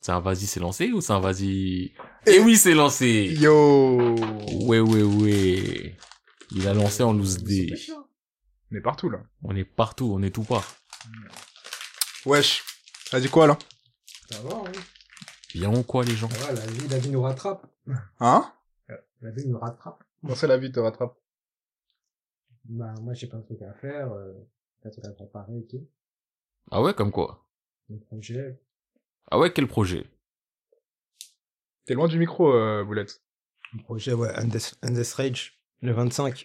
C'est un vas-y, c'est lancé ou c'est un vas-y Eh oui, c'est lancé Yo Ouais, ouais, ouais. Il a lancé en loose D. On est partout, là. On est partout, on est tout part. Wesh. T'as dit quoi, là Ça va, oui. Bien ou quoi, les gens Ça va, la vie, la vie nous rattrape. Hein La vie nous rattrape. Bon, c'est la vie, te rattrape. Bah, moi, j'ai plein de trucs à faire, euh, plein de trucs à préparer et tout. Ah ouais, comme quoi Mon projet. Ah ouais, quel projet T'es loin du micro, euh, Boulette. Mon projet, ouais, Endless, Endless Rage, le 25,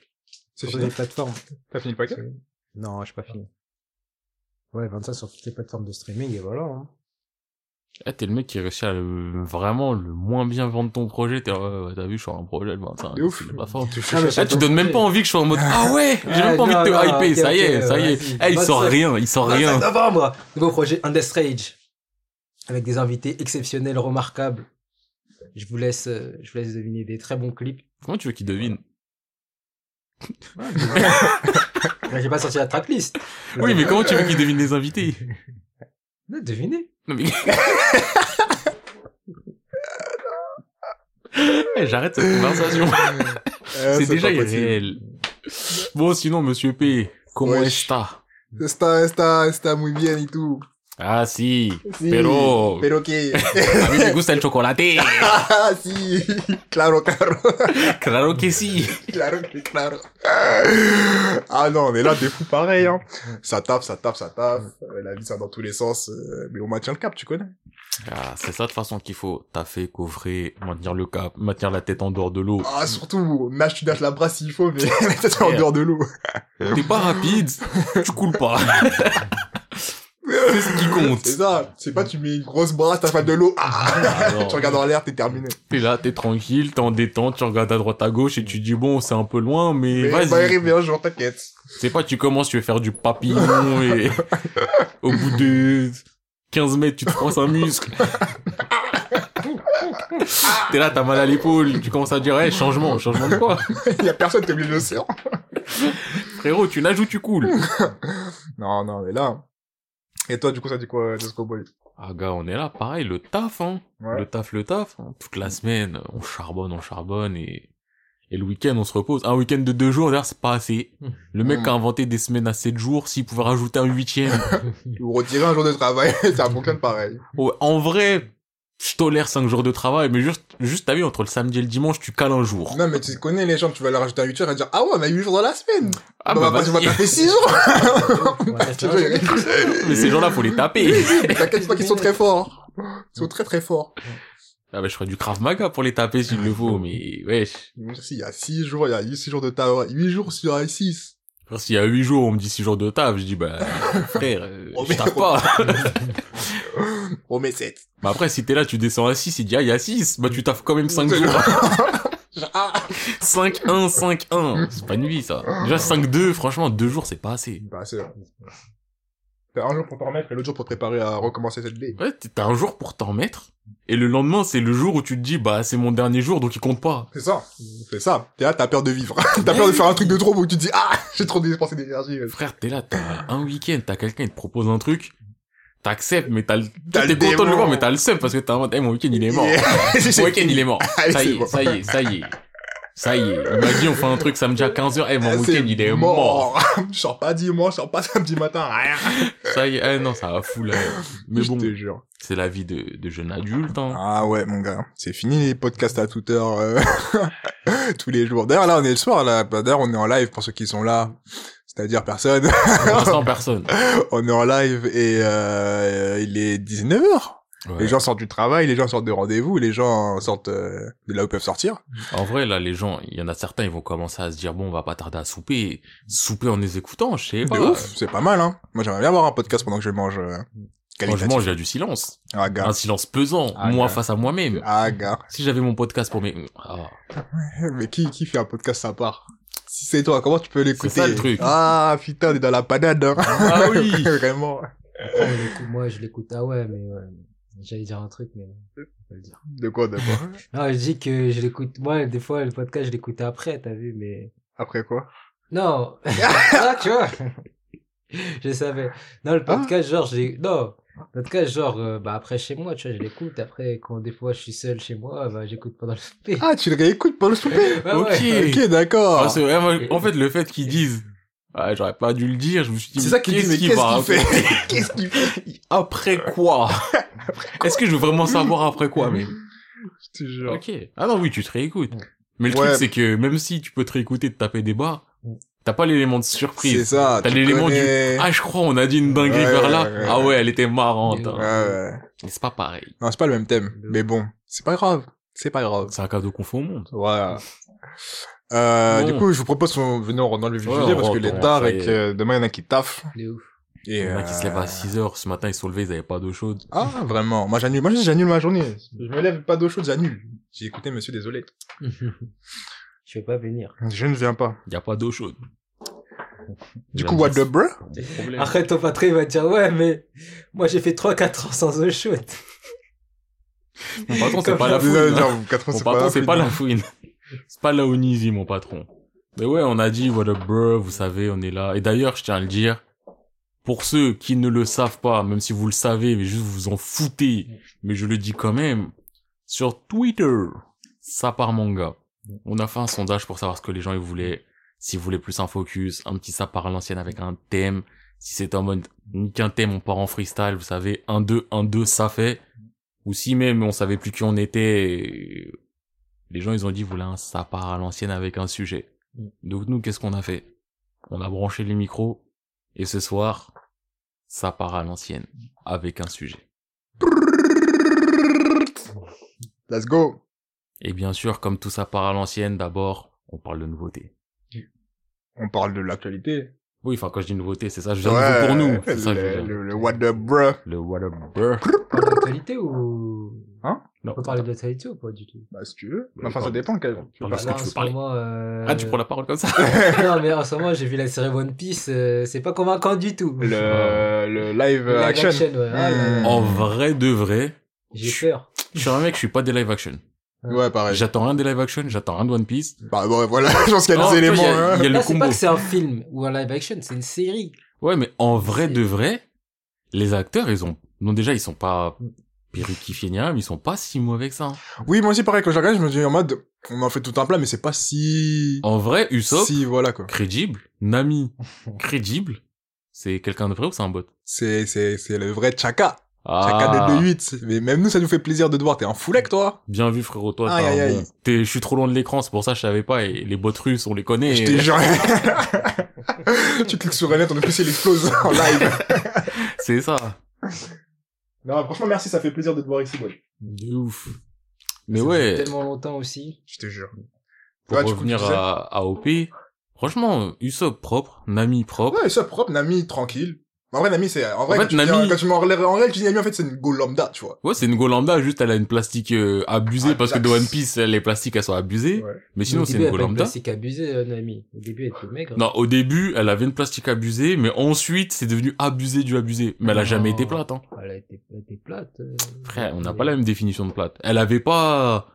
C'est sur fini. les plateformes. T'as fini le paquet Non, j'ai pas fini. Ouais, 25 sur toutes les plateformes de streaming, et voilà. Hein. Eh, t'es le mec qui réussit à le- vraiment le moins bien vendre ton projet. T'es, ouais, ouais, t'as vu, je suis un projet le 25. De ouf. C'est pas fort. Tu Ah, mais Eh, tu donnes même pas envie que je sois en mode Ah ouais, j'ai même pas envie Ouais, de non, te non, hyper. ok, ça y est, ok, ça y est. vas-y. Ah, Eh, il sort 25. rien, il sort 25 rien. novembre, nouveau projet Endless Rage, avec des invités exceptionnels, remarquables. Je vous laisse, euh, je vous laisse deviner des très bons clips. Comment tu veux qu'il devine Là, J'ai pas sorti la tracklist. Oui, mais comment tu veux qu'il devine les invités Non, Devinez. Non, mais. Eh, J'arrête cette conversation. Eh, C'est déjà irréel. Bon, sinon, monsieur P, comment Wesh. est-ce que Está, está, está muy bien et tout. Ah si, Ah Si. pero, Pero que... a mí me gusta el chocolate. ah, si. Claro, claro. claro que si. Claro que claro. Ah non, on est là des fous pareils, hein. Ça tape, ça tape, ça tape. Euh, La vie, ça dans tous les sens. euh, mais on maintient le cap, tu connais. Ah, c'est ça de toute façon qu'il faut taffer, couvrir, maintenir le cap, maintenir la tête en dehors de l'eau. Ah, surtout, nage, tu nages la brasse s'il faut, mais ça c'est en Merde. dehors de l'eau. T'es pas rapide, tu coules pas. c'est ce qui compte. C'est ça. C'est pas, tu mets une grosse brasse, t'as fan de l'eau. Ah, Ah, non. tu regardes en l'air, t'es terminé. T'es là, t'es tranquille, t'es en détente, tu regardes à droite à gauche et tu dis bon, c'est un peu loin, mais, bah, Mais vas-y. va y arriver un jour, t'inquiète. C'est pas, tu commences, tu veux faire du papillon et au bout de 15 mètres, tu te froisses un muscle. T'es là, t'as mal à l'épaule, tu commences à dire, hey, changement, changement de quoi? y a personne qui est au milieu de l'océan. Frérot, tu nages ou tu coules? Non, non, on est là. Et toi, du coup, ça dit quoi, Disco Boy? Ah, gars, on est là, pareil, le taf, hein. Ouais. Le taf, le taf. hein. Toute la semaine, on charbonne, on charbonne et, et le week-end, on se repose. Un week-end de deux jours, d'ailleurs, c'est pas assez. Le mec Mm. a inventé des semaines à sept jours, s'il pouvait rajouter un huitième. Vous retirez un jour de travail, ça fonctionne pareil. Ouais, en vrai, je tolère 5 jours de travail, mais juste, juste t'as vu, entre le samedi et le dimanche, tu cales un jour. Non, mais tu connais les gens, tu vas leur rajouter un 8 heures et dire, ah ouais, on a 8 jours dans la semaine. Ah bah, bah, tu vas vas-y. taper 6 jours. On Tu va tester vois, un il y truc. a- mais ces gens-là, faut les taper. T'inquiète pas qu'ils sont très forts. Ils sont très très forts. ah bah, je ferais du Krav Maga pour les taper s'il le faut, mais wesh. S'il y a 6 jours, il y a 6 jours de travail. 8 jours sur 6. Frère, S'il y a 8 jours, on me dit 6 jours de taf, je dis, bah, frère, euh, Oh, je mais- tape pas. On met 7. bah après, si t'es là, tu descends à 6, il dit, ah, il y a 6. Bah, tu taffes quand même 5 jours. Ah, 5-1, 5-1. C'est pas une vie, ça. Déjà, 5-2, franchement, 2 jours, c'est pas assez. bah, c'est T'as un jour pour t'en remettre et l'autre jour pour te préparer à recommencer cette day. Ouais, t'as un jour pour t'en mettre. Et le lendemain, c'est le jour où tu te dis, bah, c'est mon dernier jour, donc il compte pas. C'est ça. C'est ça. T'es là, t'as peur de vivre. t'as peur de faire un truc de trop où tu te dis, ah, j'ai trop dépensé d'énergie. Frère, t'es là, t'as un week-end, t'as quelqu'un, il te propose un truc, t'acceptes, mais t'as le... T'as le T'es content de le démon. voir, mais t'as le seum parce que t'as un mode, Eh, mon week-end, il est mort. J'ai- Mon week-end, il est mort. Allez, Ça Ah c'est y bon. est, ça y est, ça y est. Ça y est. Il m'a dit, on fait un truc samedi à 15h. Eh, mon Ah, week-end, il est mort. Je sors pas dimanche, je sors pas samedi matin, rien. Ça y est. Eh, non, ça va fou, là. Mais bon, Je te jure. c'est la vie de, de jeune adulte, hein. Ah ouais, mon gars. C'est fini les podcasts à toute heure, euh, tous les jours. D'ailleurs, là, on est le soir, là. Bah, D'ailleurs, on est en live pour ceux qui sont là. C'est-à-dire personne. Pour l'instant, personne. on est en live et euh, il est 19h. Ouais. Les gens sortent du travail, les gens sortent de rendez-vous, les gens sortent euh, de là où ils peuvent sortir. En vrai, là, les gens, il y en a certains, ils vont commencer à se dire, bon, on va pas tarder à souper. Souper en les écoutant, je sais De pas. ouf, Bah, c'est pas mal, hein. Moi, j'aimerais bien avoir un podcast pendant que je mange. Euh, Quand je qualitatif. mange, il y a du silence. Ah, gars. Un silence pesant, Ah, moi gars. face à moi-même. Ah, gars. Si j'avais mon podcast pour mes... Ah. Mais qui, qui fait un podcast à part Si c'est toi, comment tu peux l'écouter ça, le truc. Ah, putain, on est dans la panade, hein. Ah oui Vraiment. Après, on l'écoute- Oh, Moi, je l'écoute. Ah ouais, mais ouais. J'allais dire un truc, mais on va le dire. De quoi, de quoi Non, je dis que je l'écoute. Moi, des fois, le podcast, je l'écoute après, t'as vu, mais. Après quoi Non Ah, tu vois Je savais. Non, le podcast, genre, je l'ai- Non En tout cas, genre, euh, bah, après chez moi, tu vois, je l'écoute. Après, quand des fois je suis seul chez moi, bah, j'écoute pendant le souper. Ah, tu le réécoutes pour le souper Ouais, ok. ouais. Ok, Ah, d'accord. c'est vrai, moi, en fait, le fait qu'ils disent, ah, j'aurais pas dû le dire, je me suis dit, C'est ça qu'ils disent, mais qu'il qu'est-ce va hein. qu'il fait raconter Qu'est-ce qu'il fait Après quoi Est-ce que je veux vraiment savoir après quoi mais... Je te jure. Ok. Ah non, oui, tu te réécoutes. Mais le Ouais. truc, c'est que même si tu peux te réécouter, te taper des barres, t'as pas l'élément de surprise. C'est ça, T'as tu l'élément du... connais. Ah, je crois, on a dit une dinguerie Ouais, vers là. ouais, ouais. Ah ouais, elle était marrante. hein. Ouais. Ouais, ouais. Mais C'est pas pareil. Non, c'est pas le même thème. Mais bon, c'est pas grave. C'est pas grave. C'est un cadeau qu'on fait au monde. Voilà. Euh, Bon. Du coup, je vous propose qu'on venez on rentre dans le vif du Ouais, sujet on parce que rentre, les on tard rentre, et ça y que demain il y en a qui taffent. De ouf. Et euh, Il y en a qui se lèvent à 6 heures. Ce matin, ils se sont levés, ils avaient pas d'eau chaude. Ah, vraiment. Moi, j'annule. Moi, j'annule ma journée. Je me lève, pas d'eau chaude, j'annule. J'ai écouté monsieur, désolé. je vais pas venir. Je ne viens pas. Il y a pas d'eau chaude. Du Ils coup, ont what dit, the bruh? c'est le problème. Après, ton patron, il va te dire, ouais, mais moi, j'ai fait 3-4 ans sans eau chaude. Mon patron, c'est pas la fouine. Désolé, hein. genre, quatre ans, Mon c'est patron, c'est pas fouine. la fouine. C'est pas la Onisi, mon patron. Mais ouais, on a dit, what up, bro, vous savez, on est là. Et d'ailleurs, je tiens à le dire, pour ceux qui ne le savent pas, même si vous le savez, mais juste vous en foutez, mais je le dis quand même, sur Twitter, ça part manga. On a fait un sondage pour savoir ce que les gens ils voulaient. S'ils voulaient plus un focus, un petit ça part à l'ancienne avec un thème. Si c'est en mode, nique un thème, on part en freestyle, vous savez, 1-2, 1-2, ça fait. Ou si même on savait plus qui on était, et les gens ils ont dit, vous voulez un ça part à l'ancienne avec un sujet. Donc nous, qu'est-ce qu'on a fait? On a branché les micros, et ce soir, ça part à l'ancienne avec un sujet. Let's go. Et bien sûr, comme tout ça part à l'ancienne, d'abord, on parle de nouveautés. On parle de l'actualité. Oui, enfin, quand je dis nouveauté, c'est ça, je veux dire nouveau pour nous. C'est ça, que je veux le, dire. Ah, le, le what the bruh. Le what up, bruh. On parle d'actualité ou. Non, On peut parler d'actualité ou pas du tout Bah, si tu veux. Bah, Enfin, ça parle- dépend, quel. parle- tu veux parle- parler- que Bah Là, tu en veux ce parler moment, euh, Ah, tu prends la parole comme ça? non, mais en ce moment, j'ai vu la série One Piece, euh, c'est pas convaincant du tout. euh, Le, le live Live action. ouais. Ah, là, là. En vrai de vrai, J'ai peur. je suis un mec, je suis pas des live action. Ouais, pareil. J'attends rien des live action, j'attends rien de One Piece. Bah, ouais, voilà, je pense qu'il y a Non, des tu vois, éléments. il y a- hein. il y a le Là, c'est combo. pas que c'est un film ou un live action, c'est une série. Ouais, mais en vrai C'est- de vrai, les acteurs, ils ont, non, déjà, ils sont pas perruquifiés ni rien, mais ils sont pas si mauvais que ça. hein. Oui, moi aussi, pareil, quand je la regarde, je me dis en mode, on en fait tout un plat, mais c'est pas si... En vrai, Usopp, Si, voilà, quoi. crédible. Nami, crédible. C'est quelqu'un de vrai ou c'est un bot? C'est, c'est, c'est le vrai Chaka. Chaka de Ah. 2-8. Mais même nous, ça nous fait plaisir de te voir. T'es un foulec, toi. Bien vu, frérot, toi, Aïe, t'as un aïe, bon- aïe. t'es- je suis trop loin de l'écran, c'est pour ça que je savais pas, et les bots russes, on les connaît. Je et- t'ai juré. tu cliques sur Renet, ton officiel explose en live. C'est ça. Non, franchement, merci, ça fait plaisir de te voir ici, boy. De ouf. Mais Ça fait ouais. tellement longtemps aussi. Je te jure. pour Ouais, du coup, revenir tu disais- à, à OP, franchement, Usopp propre, Nami propre. Ouais, ça, propre, Nami, tranquille. En vrai, Nami, c'est, en vrai, En fait, quand, tu dis- Nami- quand tu m'en relèves- en réel, tu dis Nami, en fait, c'est une go lambda, tu vois. Ouais, c'est une Golanda, juste elle a une plastique euh, abusée Ah, parce que de classe. One Piece, les plastiques elles sont abusées. Ouais. Mais Au sinon, c'est début, une elle avait Golanda. plastique abusé, euh, Nami. Au début, elle était maigre. Non, au début, elle avait une plastique abusée, mais ensuite, c'est devenu abusé du abusé. Mais elle a Non. jamais été plate, hein. Elle a été, elle était plate. euh. Frère, on n'a pas la même définition de plate. Elle avait pas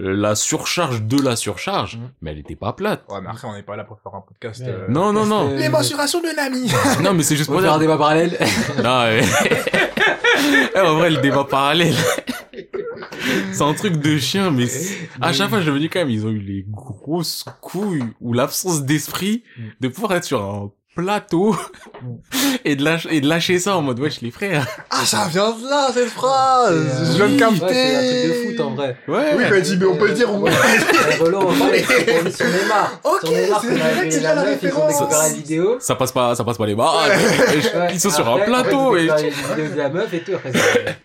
euh, la surcharge de la surcharge, Mm. Mhm. mais elle était pas plate. Ouais, mais après, on n'est pas là pour faire un podcast. Ouais. euh, Non, non, non. Euh, Les mensurations de Nami. non, mais c'est juste On pour va faire un dire. débat parallèle. Non, ouais. Eh, en vrai, le débat parallèle. c'est un truc de chien, mais c'est- à chaque fois, je me dis quand même, ils ont eu les grosses couilles ou l'absence d'esprit de pouvoir être sur un plateau et de lâcher, et de lâcher ça en mode, wesh, les frères. Ah, ça vient de là, cette Et, phrase euh, Je viens de oui. capter Ouais, c'est un truc de foot, en vrai. Ouais. Oui, mais dis, mais on peut le dire, ouais Ouais, Relon, en fait, on est sur Neymar. Ok, Sur Neymar, c'est qu'on vrai avait que c'est là la meuf, ils ont référence. découvert la vidéo. Ça passe pas, ça passe pas les barres. Ouais, Ils sont sur après, un plateau après, ils et ont découvert la vidéo de la meuf et tout. Après, c'est-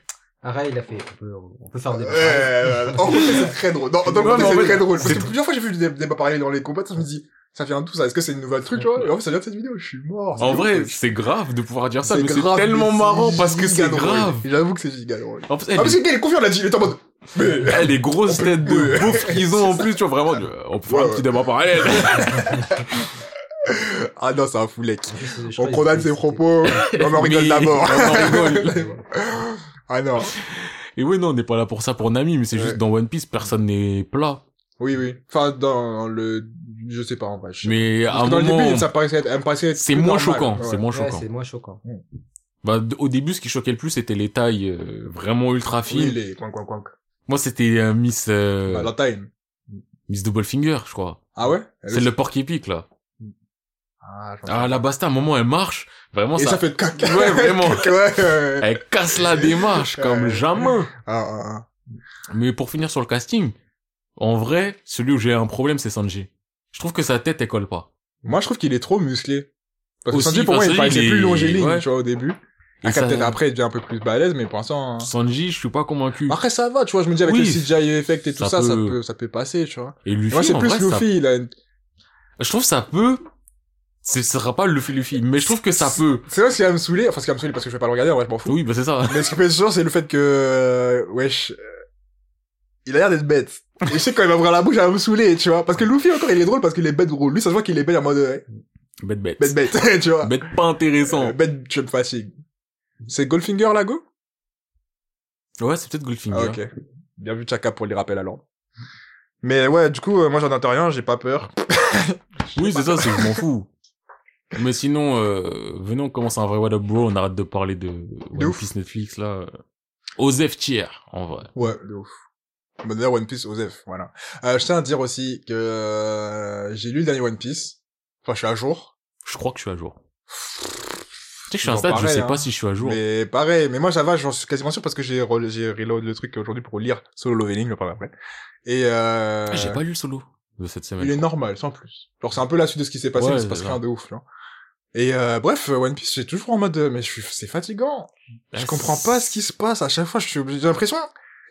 Arrête, il a fait, on peut, on peut faire des Ouais, ouais, ouais. en fait, c'est très drôle. Non, Ouais, en fait, mais en c'est fait, très drôle. Parce c'est- que plusieurs fois, j'ai vu des débats parallèles dans les combats, je me dis, ça vient d'où ça Est-ce que c'est une nouvelle truc, tu vois Et en fait, ça vient de cette vidéo, je suis mort. en C'est vrai, drôle. c'est grave de pouvoir dire ça, C'est mais c'est grave, tellement mais marrant parce que giga c'est drôle. grave. Eh, J'avoue que c'est giga drôle. En plus, Ah, elle, parce qu'il est confiant, il a dit, il est en mode. Mais. Elle est grosse tête de beau frison en plus, tu vois, vraiment, tu- on peut faire un Ouais, petit débat parallèle. Ah non, c'est un foulec. Je On crois, condamne ils- ses propos, on en rigole Mais- d'abord. on en rigole. Ah non. Et oui, non, on n'est pas là pour ça pour Nami, mais c'est Ouais. juste dans One Piece, personne n'est plat. Oui, oui. Enfin, dans le. Je sais pas, en vrai. je sais Mais à Parce un que dans le moment, début, ça paraissait être- elle me paraissait être c'est plus moins normale. choquant, Ouais. c'est moins Ouais, choquant. c'est moins choquant. Bah, d- au début, ce qui choquait le plus, c'était les tailles euh, vraiment ultra fines. Oui, les Bah, coin coin coin. Moi, c'était euh, Miss euh, Valentine. Miss Doublefinger, je crois. Ah ouais Elle C'est aussi. le porc épique, là. Ah, j'en- Ah, la basta, à un moment, elle marche. Vraiment, Et ça ça... fait de caca. Ouais, vraiment. ouais, ouais. Elle casse la démarche comme Ouais. jamais. Ah, ah, Mais pour finir sur le casting, en vrai, celui où j'ai un problème, c'est Sanji. Je trouve que sa tête, elle colle pas. Moi, je trouve qu'il est trop musclé. Parce que Aussi, Sanji, pour moi, parce que Sanji, il paraissait il plus est- longéligne, ouais. tu vois, au début. Et Après, ça- peut-être après, il devient un peu plus balèze, mais pour l'instant... hein. Sanji, je suis pas convaincu. Après, ça va, tu vois, je me dis, avec Oui. le CGI effect et tout Ça ça, ça, peut- peut... ça peut passer, tu vois. Et Luffy, Moi, c'est en plus vrai, ça- Luffy, il a une- je trouve ça peut... Ce sera pas Luffy Luffy, mais je trouve que ça peut... C'est vrai, ce qui va me saouler, enfin, ce qui va me saouler, parce que je vais pas le regarder, en vrai, je m'en fous. Oui, bah c'est ça. Mais ce qui fait sûr, c'est le fait que, euh, wesh, euh, il a l'air d'être bête. Et je sais que quand il va ouvrir la bouche, elle va me saouler, tu vois. Parce que Luffy, encore, il est drôle parce qu'il est bête drôle. Lui, ça se voit qu'il est bête en mode, euh, Bête bête. bête bête, tu vois. Bête pas Euh, intéressant. bête, tu me fatigues. C'est Goldfinger, là, go? Ouais, c'est peut-être Goldfinger. Ah, ok. Bien vu, Chaka, pour les rappels à l'ordre. Mais ouais, du coup, euh, moi, j'en entends rien, j'ai pas peur. Oui, c'est ça, c'est que je m'en fous. Mais sinon, euh, venons, on commence un vrai What Up Bro, on arrête de parler de One ouf. Piece Netflix, là. Osef Thier, en vrai. Ouais, de ouf. Bah, D'ailleurs, One Piece, Osef, voilà. Euh, je tiens à dire aussi que euh, j'ai lu le dernier One Piece. Enfin, je suis à jour. Je crois que je suis à jour. Tu sais que je suis à un Toujours stade, je pareil, sais hein. pas si je suis à jour. Mais pareil, mais moi, ça va, j'en suis quasiment sûr parce que j'ai re- j'ai reload le truc aujourd'hui pour lire Solo Leveling, je parle après. Et euh, Ah, J'ai pas lu le solo de cette semaine. il est normal, sans plus. Genre, c'est un peu la suite de ce qui s'est passé, Ouais, mais il se passe c'est ça. rien de ouf, tu vois. Et euh, bref, One Piece, j'ai toujours en mode, euh, mais je suis, c'est fatigant. Ah, Je comprends pas ce qui se passe à chaque fois. Je suis obligé, j'ai l'impression,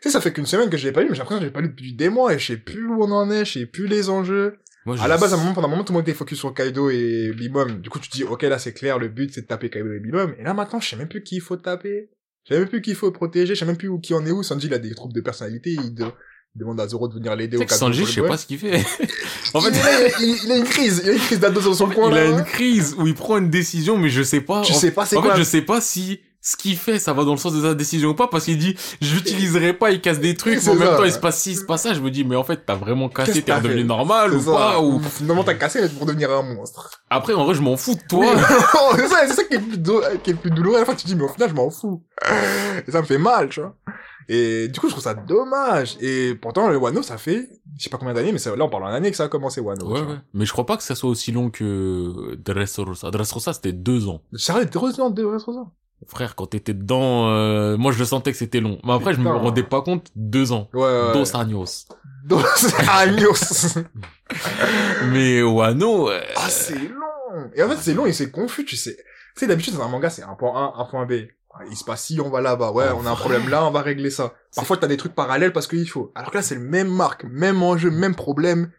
tu sais, ça fait qu'une semaine que je l'ai pas lu, mais j'ai l'impression que j'ai pas lu depuis des mois et je sais plus où on en est, je sais plus les enjeux. Moi, À je- la base, à un moment, pendant un moment, tout le monde était focus sur Kaido et Bimom. Du coup, tu te dis, ok, là, c'est clair, le but, c'est de taper Kaido et Bimom. Et là, maintenant, je sais même plus qui il faut taper. Je sais même plus qui il faut protéger. Je sais même plus où qui en est où. Sanji, il a des troubles de personnalité. Il, de- il demande à Zoro de venir Tu l'aider au sais que cas Sanji, où- je sais pas ce qu'il fait. en Il, fait, a, il, il a une crise. Il a une crise d'ado dans son coin. il là. a une crise où il prend une décision, mais je sais pas. Tu en sais pas, c'est en quoi. fait, je sais pas si ce qu'il fait, ça va dans le sens de sa décision ou pas, parce qu'il dit, je l'utiliserai pas, il casse des trucs, mais en C'est même ça, temps, il ouais. se passe ci, il se passe ça, je me dis, mais en fait, t'as vraiment Qu'est-ce cassé, que t'es t'as redevenu fait normal ou C'est ça. pas, ou... Finalement, t'as cassé pour devenir un monstre. Après, en vrai, je m'en fous de Oui, toi. c'est ça, c'est ça qui est, le plus dou- qui est le plus douloureux. À la fois, tu te dis, mais au final, je m'en fous. Et ça me fait mal, tu vois. Et du coup, je trouve ça dommage. Et pourtant, le Wano, ça fait, je sais pas combien d'années, mais ça- là, on parle en année que ça a commencé, Wano. Ouais, tu vois. ouais. Mais je crois pas que ça soit aussi long que Dressrosa. Dressrosa, c'était deux ans. Charlie, heureusement, de heureusement. Frère, quand t'étais dedans, euh, moi je le sentais que c'était long. Mais après, je me Putain. rendais pas compte, deux ans. Ouais, ouais. ouais. Ah, Dos años. Dos años. Mais Wano, euh, ah, c'est long. Et en fait, c'est long et c'est confus, tu sais. Tu sais, d'habitude, dans un manga, c'est un point A, un point B. Il se passe si on va là-bas. Ouais, Ah, on a un problème là, on va régler ça. Parfois, t'as des trucs parallèles parce qu'il faut. Alors que là, c'est le même marque, même enjeu, même problème.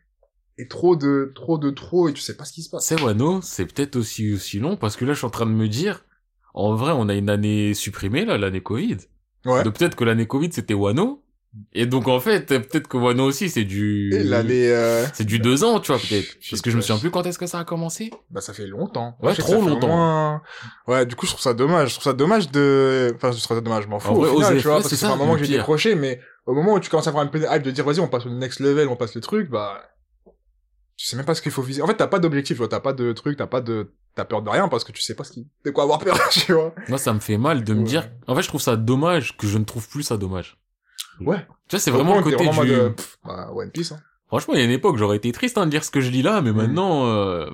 Et trop de, trop de trop, et tu sais pas ce qui se passe. c'est Wano, c'est peut-être aussi aussi long parce que là je suis en train de me dire, en vrai on a une année supprimée là, l'année Covid. Ouais. Donc peut-être que l'année Covid c'était Wano. Et donc en fait euh, peut-être que Wano aussi c'est du, Et l'année, euh, c'est du deux ans tu vois peut-être. Je sais Parce que je me pas. souviens plus quand est-ce que ça a commencé. bah, ça fait longtemps. Ouais, Je sais que trop ça fait au longtemps. moins- Ouais, du coup, je trouve ça dommage. Je trouve ça dommage de, enfin, je trouve ça dommage, je m'en fous. au vrai, final, oser- tu ouais, vois, parce c'est que c'est ça, un moment le que j'ai pire. décroché, mais au moment où tu commences à avoir un peu de hype de dire, vas-y, on passe au next level, on passe le truc, bah, tu sais même pas ce qu'il faut viser. En fait, t'as pas d'objectif, tu vois, t'as pas de truc, t'as pas de, t'as peur de rien parce que tu sais pas ce qui, de quoi avoir peur, tu vois. Moi ça me fait mal de me Ouais. dire, en fait je trouve ça dommage que je ne trouve plus ça dommage. Ouais. Tu vois c'est vraiment le Au moment où t'es côté vraiment en du... mode, euh, pff, bah, One Piece, hein. Franchement, il y a une époque, j'aurais été triste hein, de dire ce que je dis là, mais Mm. maintenant, euh,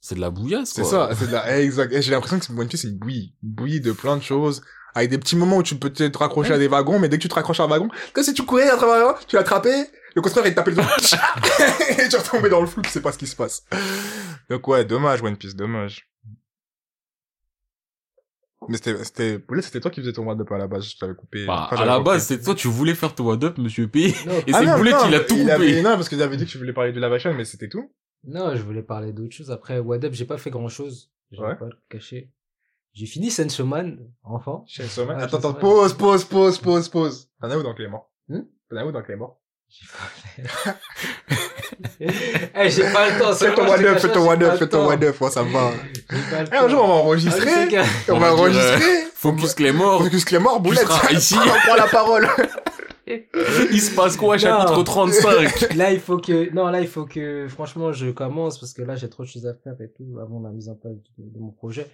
c'est de la bouillasse, C'est quoi. ça, c'est de la, eh, exact. Eh, j'ai l'impression que One Piece, c'est une bouillie. Une bouillie de plein de choses. Avec des petits moments où tu peux te te raccrocher à des wagons, mais dès que tu te raccroches à un wagon, comme si tu courais à travers un, tu l'attrapais, le constructeur, il te tapait le dos. et tu retombais dans le flou, tu sais pas ce qui se passe. Donc ouais, dommage, One Piece, dommage. Mais c'était, c'était, Poulet, c'était toi qui faisais ton de pas à la base, je t'avais coupé. Bah, Enfin, à j'avais la compris. base, c'est toi, tu voulais faire ton what up, monsieur P. Non, Et Ah c'est non, Boulet non, qui l'a tout il coupé. avait- non, parce que j'avais dit que tu voulais parler de la vache, mais c'était tout. non, je voulais parler d'autre chose. Après What Up, j'ai pas fait grand chose. Je vais Ouais. pas le cacher. J'ai fini Sensoman, enfant. Chez le sommet. attends, Ah, chez le attends, sommet. pause, pause, pause, pause, pause. T'en as où dans Clément? Hmm T'en as où dans Clément? J'ai pas Eh, j'ai pas le temps. c'est Fais ton bon, one je te up, fais cache, ton j'ai one pas up, le fais ton temps. one up, moi ça me va. J'ai pas le Eh, un jour on temps. va Ah, je sais enregistrer, qu'à- on va On va dire, euh, enregistrer. Focus Clémor, Focus Clément, boulette. seras ici. On prend la parole. il se passe quoi, Non. chapitre 35 Là, il faut que. Non, là, il faut que. Franchement, je commence parce que là, j'ai trop de choses à faire et tout avant la mise en place de, de mon projet.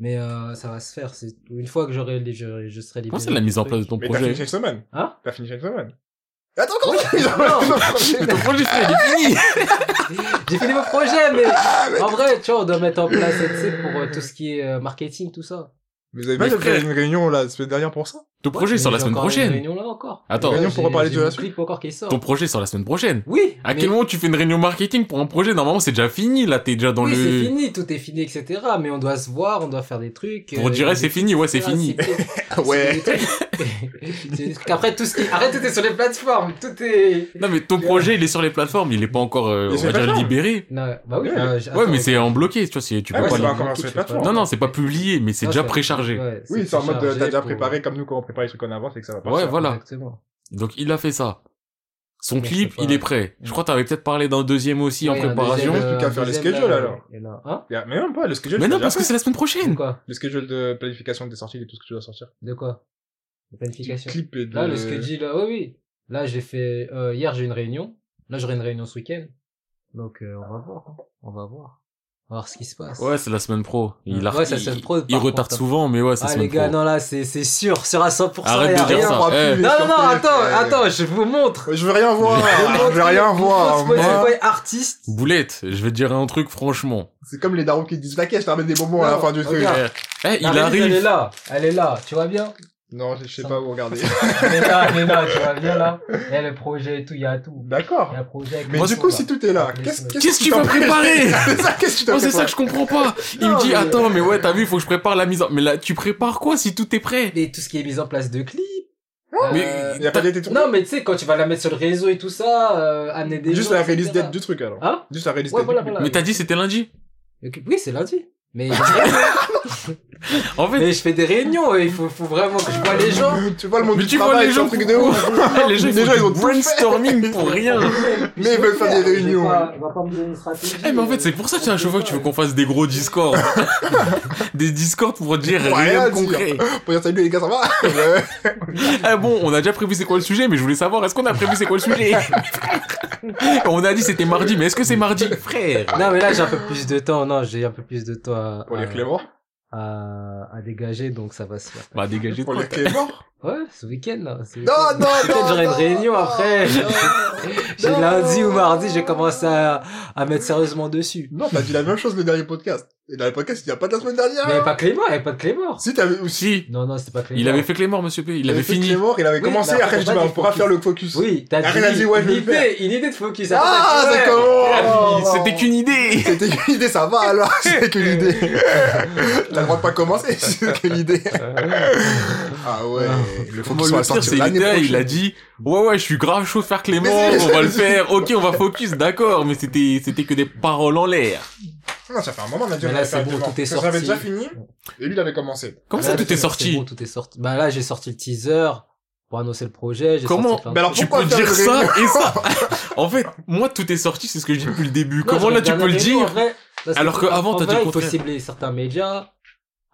Mais euh, ça va se faire. C'est une fois que j'aurai, li- je, je serai libéré. Comment c'est la mise en du place de truc. ton Mais t'as projet fini chaque semaine. Hein T'as fini chaque semaine. Attends, comment Oui, t'as fini chaque non. semaine Ton projet, frère, il est fini J'ai fini mon projet, mais Ah, en vrai, tu vois, on doit mettre en place, tu sais, pour euh, tout ce qui est euh, marketing, tout ça. Mais vous avez Mais pas frère. fait une réunion là, la semaine dernière pour ça Ton projet Mais sort la j'ai semaine encore une prochaine. Réunion là encore. Attends, Réunion Là, pour j'ai- reparler j'ai de la mon suite. clip encore qui sort. ton projet sort la semaine prochaine. Oui. À mais- quel moment tu fais une réunion marketing pour un projet Normalement, c'est déjà fini, là, t'es déjà dans le... oui, c'est fini, tout est fini, etc. Mais on doit se voir, on doit faire des trucs. euh, Pour dire, eh, c'est fini, ouais, c'est Ah, fini. Ah Ouais. Après tout ce qui, arrête, tout est sur les plateformes, tout est. Non, mais ton projet, il est sur les plateformes, il est pas encore, euh, Il est on sur va les dire, plateformes. libéré. Non, bah oui. Ouais. euh, j- Ouais, attends, mais c'est en bloqué, tu vois, c'est, tu Ah peux ouais, pas... c'est le- pas encore le- sur les tu peux pas- plateformes. Non, non, c'est pas publié, mais c'est Non, déjà préchargé. ouais, Oui, c'est en mode, euh, préchargé t'as déjà pour- préparé comme nous quand on prépare les trucs en avance et que ça va pas. Ouais, se faire. voilà. Exactement. Donc il a fait ça. Son Mais clip, c'est pas- il est prêt. Je crois que t'avais peut-être parlé d'un deuxième aussi en Ouais, il y a un préparation. deuxième, Plus qu'à euh, faire les deuxième, schedules, là, alors. il y en a- Hein Y a- Mais même pas, le schedule. Mais tu non, l'as parce que déjà c'est la semaine De prochaine. quoi fait. Le schedule de planification des sorties et tout ce que tu dois sortir. De quoi La planification. Clip et de... Là, le schedule, là, oui, oui. Là, j'ai fait. euh, hier, j'ai une réunion. Là, j'aurai une réunion ce week-end. Donc, euh, on va voir. hein. On va voir. On va voir ce qui se passe. Ouais, c'est la semaine pro. Il, Ouais, a... c'est la il- semaine pro, par il retarde contre. souvent, mais ouais, c'est la Ah, semaine les gars, pro. non, là, c'est c'est sûr. Sur à 100%, Arrête y a de dire rien. ça. on fera Eh. plus les Non, non, non, surprises, attends, frère. attends, je vous montre. Je veux rien voir. je veux rien voir. Moi, Moi, artiste. Boulette, je vais te dire un truc franchement. c'est comme les darons qui disent la caisse, je te ramène des bonbons à la Non, fin du truc. regarde. Eh, eh, il La réunion, Elle est arrive. là. Elle est là. Tu vois bien Non, je je sais pas où regarder. Elle est là, elle est là. Tu vois bien là Il y a le projet et tout. Il y a tout. D'accord. Il y a le projet avec Mais les du sons, coup, là. si tout est là, Avec les qu'est-ce sons. Qu'est-ce que tu t'as vas préparer C'est ça, qu'est-ce que tu Moi, t'as Oh, c'est ça préparé que je comprends pas. Il Non, me dit, mais- attends, mais ouais, t'as vu, il faut que je prépare la mise en... Mais là, tu prépares quoi si tout est prêt Et tout ce qui est mise en place de clips. Mais- euh, Il a pas déjà été tourné. Non, mais tu sais, quand tu vas la mettre sur le réseau et tout ça, euh, amener des. Juste gens, la release etc. date du truc alors. Hein Juste la release Ouais, date. voilà, du clip. voilà. Mais t'as dit c'était lundi. Le clip- Oui, c'est lundi. Mais, En fait, mais je fais des réunions, et il faut, faut vraiment que je vois les gens. Tu vois le monde Mais du tu vois travail, les c'est un gens truc qui- de ouf. les gens, Déjà, ils ils ont ont du tout brainstorming pour rien. Mais ils veulent faire des réunions. On va Ah, pas me donner une stratégie. euh, Eh mais en fait c'est pour ça que à chaque fois que tu veux qu'on fasse des gros discords. des discords pour dire Pour rien rien de dire. concret. Pour dire salut les gars, ça va Ouais. Ah bon, on a déjà prévu c'est quoi le sujet, mais je voulais savoir est-ce qu'on a prévu c'est quoi le sujet On a dit c'était mardi, mais est-ce que c'est mardi Frère Non, mais là, j'ai un peu plus de temps. Non, j'ai un peu plus de temps à, Ah Pour à, les Clément. à, à dégager, donc ça va se faire. Bah dégagez Pour toi. les Clément. Ouais, ce week-end, là. ce Non, week-end. non, Peut-être non, j'aurai une non, réunion non, après. non. J'ai Non. lundi ou mardi, j'ai commencé à, à mettre sérieusement dessus. Non, t'as dit la même chose le dernier podcast. Et le dernier podcast, il n'y a pas de la semaine dernière. Mais il y avait pas Clément, il n'y avait pas de Clément. Si t'avais aussi. Si, Non, non, c'était pas Clément. il avait fait Clément monsieur P, il avait fait fini. Clément, il avait Oui, commencé, mais après je dis, après, bah, on du pourra focus. faire le focus. Oui, t'as Après, il a dit, ouais, je vais le une idée, une idée de focus. Ah, Attends, ça ouais. Ah, commence mais C'était qu'une idée C'était qu'une idée, ça va alors C'était qu'une idée T'as le droit de pas commencer, c'était qu'une idée Ah ouais, le Moi, focus le sur la pire, sortie c'est l'année l'idée, il a prochaine. dit Ouais, ouais, je suis grave chaud de faire Clément, Mais c'est- on va le faire, ok, on va focus, d'accord, mais c'était c'était que des paroles en l'air. Non, ça fait un moment, on a dit, Mais on là, allait faire c'est bon, devant. tout est Parce que J'avais déjà sorti. fini, et lui, il avait commencé. Comment ça Là, tout c'est- est sorti c'est bon, tout est sorti. Bah là, j'ai sorti le teaser pour annoncer le projet. j'ai Comment Bah sorti plein de tu Mais alors, pourquoi trucs. peux faire dire une ça réunion et ça. en fait, moi, tout est sorti, c'est ce que je dis depuis le début. Non, Comment je là, tu peux regarde le la vidéo, en dire vrai, parce que Alors que en avant, t'as dit vrai, le Il faut contraire. cibler certains médias.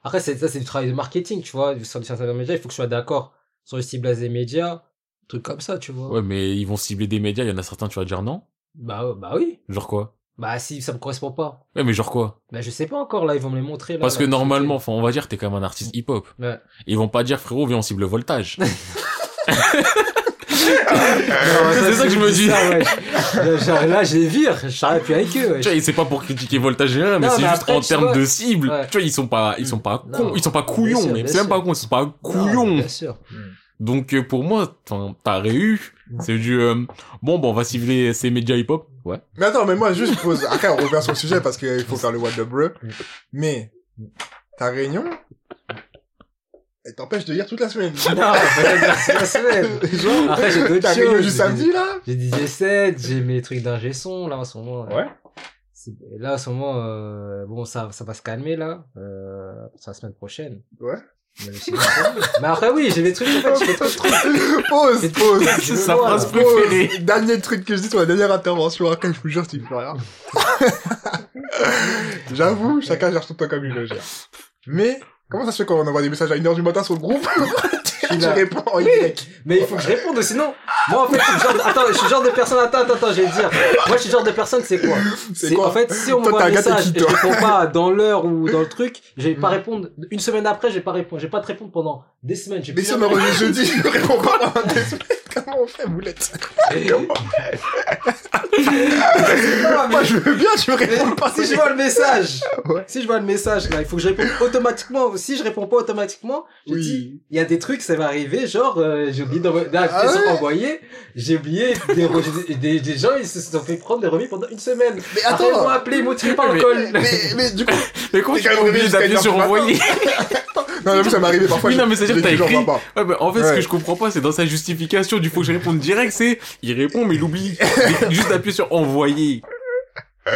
Après, c'est ça, c'est du travail de marketing, tu vois. Sur certains médias, il faut que je sois d'accord sur le ciblage des médias. Truc comme ça, tu vois. Ouais, mais ils vont cibler des médias, il y en a certains, tu vas dire non. Bah, euh, bah oui. Genre quoi Bah si ça me correspond pas. Ouais, mais genre quoi Bah je sais pas encore là, ils vont me les montrer là. Parce là, que tout de suite. normalement, enfin, on va dire, t'es quand même un artiste hip-hop. Ouais. Ils vont pas dire, frérot, viens, on cible le voltage. Non, C'est ça que je me dis. ça, ouais. Là, genre, là, je les vire, je serai plus avec eux. ouais. tu vois, et c'est pas pour critiquer voltage et rien, mais Non, c'est mais juste après, en tu termes vois- de cible. Ouais. Tu vois, ils sont pas, ils sont pas Non. cons, ils sont pas couillons, sûr, même. bien C'est même pas sûr. cons, ils sont pas Non, couillons. Ah, Bien sûr. Donc, euh, pour moi, enfin, t'as réu. Mm. C'est du, euh, bon, bon, on va cibler ces médias hip-hop. Ouais. Mais attends, mais moi, juste pose... Après, on revient sur le sujet, parce qu'il faut faire le what the breu. Mais, ta réunion, elle t'empêche de lire toute la semaine. Non, peut-être merci la semaine. Genre, Après, j'ai d'autres ta réunion choses. du samedi, là J'ai DJ 7, j'ai mes trucs d'ingé son, là, en ce moment. euh, Ouais. C'est- Là, en ce moment, euh, bon, ça, ça va se calmer, là. Euh, c'est la semaine prochaine. Ouais. Mais, c'est- Mais après, oui, j'ai des trucs, en fait, je fais trop de trucs. pause, C'est- pause. C'est sa Voilà. phrase préférée. Pause. Dernier truc que je dis sur la dernière intervention, après, je vous jure, tu me fais rien. J'avoue, chacun gère son temps comme il le gère. Mais, comment ça se fait qu'on envoie des messages à 1h du matin sur le groupe tu réponds en Y. Mais il faut que je réponde, sinon. Moi, en fait, je suis le genre de... attends, je suis le genre de personne. Attends, attends, attends, je vais te dire. Moi, je suis le genre de personne, c'est quoi C'est quoi En fait, si on Toi, m'envoie t'as un un gars, t'es message qui, et je toi réponds pas dans l'heure ou dans le truc, je vais pas Mm. répondre. Une semaine après, je vais pas répondre. Je vais pas te répondre pendant des semaines. J'ai Mais plus si on rien me fait. revient jeudi, je réponds pas dans deux semaines. Comment on fait, boulette Non, mais Moi, je veux bien, tu me réponds pas. si je vois le message, Ouais. si je vois le message, là, il faut que je réponde automatiquement. Si je réponds pas automatiquement, je Oui. dis, il y a des trucs, ça va arriver, genre, euh, j'ai oublié d'envoyer, là, Ah je t'ai ouais envoyé, j'ai oublié des, re- des, des- des gens, ils se sont fait prendre des remis pendant une semaine. Mais Attends, ils m'ont attends. appelé, ils m'ont tiré par le Mais- col. Mais, mais du coup, Mais comment T'es tu quand as même oublié réveillé d'appuyer jusqu'à sur 1h du matin. envoyer non, j'avoue, ça m'est arrivé parfois. Oui, je- non, mais c'est-à-dire je que t'as dis toujours, écrit. bah, bah. Ouais, bah, en fait, ce Ouais. que je comprends pas, c'est dans sa justification du faut que je réponde direct, c'est il répond mais il oublie juste d'appuyer sur envoyer. bah,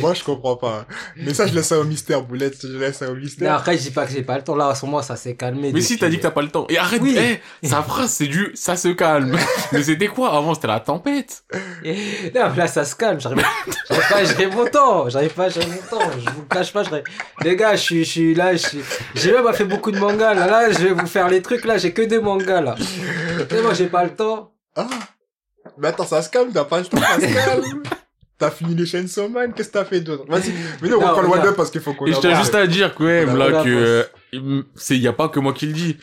Moi, je comprends pas. Mais ça, je laisse ça au mystère, boulette. Je laisse ça au Mais mystère. après, je dis pas que j'ai pas le temps. Là, à ce moment, ça s'est calmé. Mais si t'as dit que t'as pas le temps. Et arrête, Oui. eh, sa phrase c'est du ça se calme. mais c'était quoi avant C'était la tempête. Là, là, ça se calme. J'arrive j'arrive pas à gérer mon temps. J'arrive pas à gérer mon temps. Je vous le cache pas. j'arrive- Les gars, je suis, je suis là. je suis- J'ai même pas fait beaucoup de mangas. Là, là, je vais vous faire les trucs. Là, j'ai que deux mangas. Là. Et moi, j'ai pas le temps. Ah. Mais attends, ça se calme, t'as pas le temps, ça se calme. T'as fini les chaînes Man, qu'est-ce que t'as fait d'autre Vas-y, mais non, on Non, reprend le regarde. one-up parce qu'il faut qu'on Et je tiens avance. juste à dire quand même Voilà, là voilà, que euh, c'est y a pas que moi qui le dis.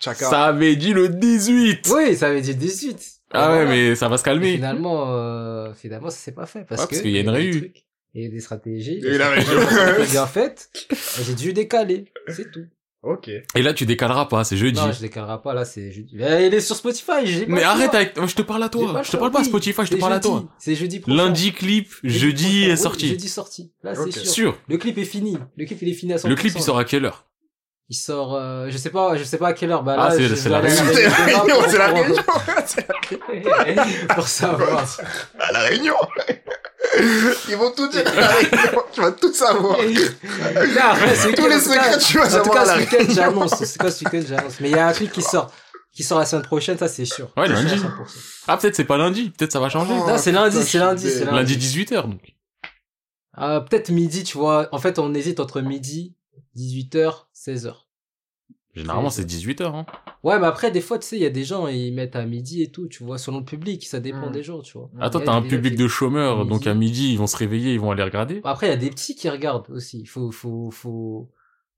Chaka. Ça avait dit le 18. Oui, ça avait dit 18. Ah ouais, Voilà. mais ça va se Et calmer. Finalement, euh, finalement, ça s'est pas fait. Parce Ah, parce que qu'il y a une des réu. trucs, Il y a des stratégies. Et la région. C'était bien faite. J'ai dû décaler. C'est tout. ok. Et là tu décaleras pas, c'est jeudi. Non, je décalerai pas. Là, c'est. jeudi. Mais Il est sur Spotify. j'ai pas mais le arrête choix. avec je te parle à J'ai pas toi. le Je te choix, parle pas à oui. Spotify, je te C'est parle à jeudi. toi. C'est jeudi prochain. Lundi clip, jeudi prochain. est Oui, sorti. Jeudi sorti. Là, Ok. c'est sûr. Sûr. Le clip est fini. Le clip, il est fini à 100%. Le clip il sort à quelle heure Il sort, euh, je sais pas, je sais pas à quelle heure. Bah, Ah, là, c'est- je c'est vais la aller réunion. C'est regarder la demain réunion, pour- c'est la pour- réunion. C'est Pour savoir. à la réunion. Ils vont tout dire à la réunion. Tu vas tout savoir. Là, ouais, c'est Tous les secrets, tu vas En tout savoir cas, à la ce réunion. week-end, j'annonce. C'est quoi ce week-end, j'annonce. Mais il y a un truc qui sort. Qui sort la semaine prochaine, ça, c'est sûr. Ouais, C'est lundi. sûr à 100%. Ah peut-être c'est pas lundi, peut-être ça va changer. Oh, Non, c'est lundi, putain, c'est lundi, je suis c'est dé- lundi. Lundi 18h donc. Euh, peut-être midi, tu vois. En fait, on hésite entre midi, 18h, 16h. Généralement c'est 18h hein. Ouais, mais après, des fois, tu sais, il y a des gens, ils mettent à midi et tout, tu vois, selon le public, ça dépend Mm. des gens, tu vois. Attends, Ouais, t'as un il y a des public gens de chômeurs Midi. donc à midi ils vont se réveiller, ils vont aller regarder. Après, il y a des petits qui regardent aussi. Il faut, faut, faut,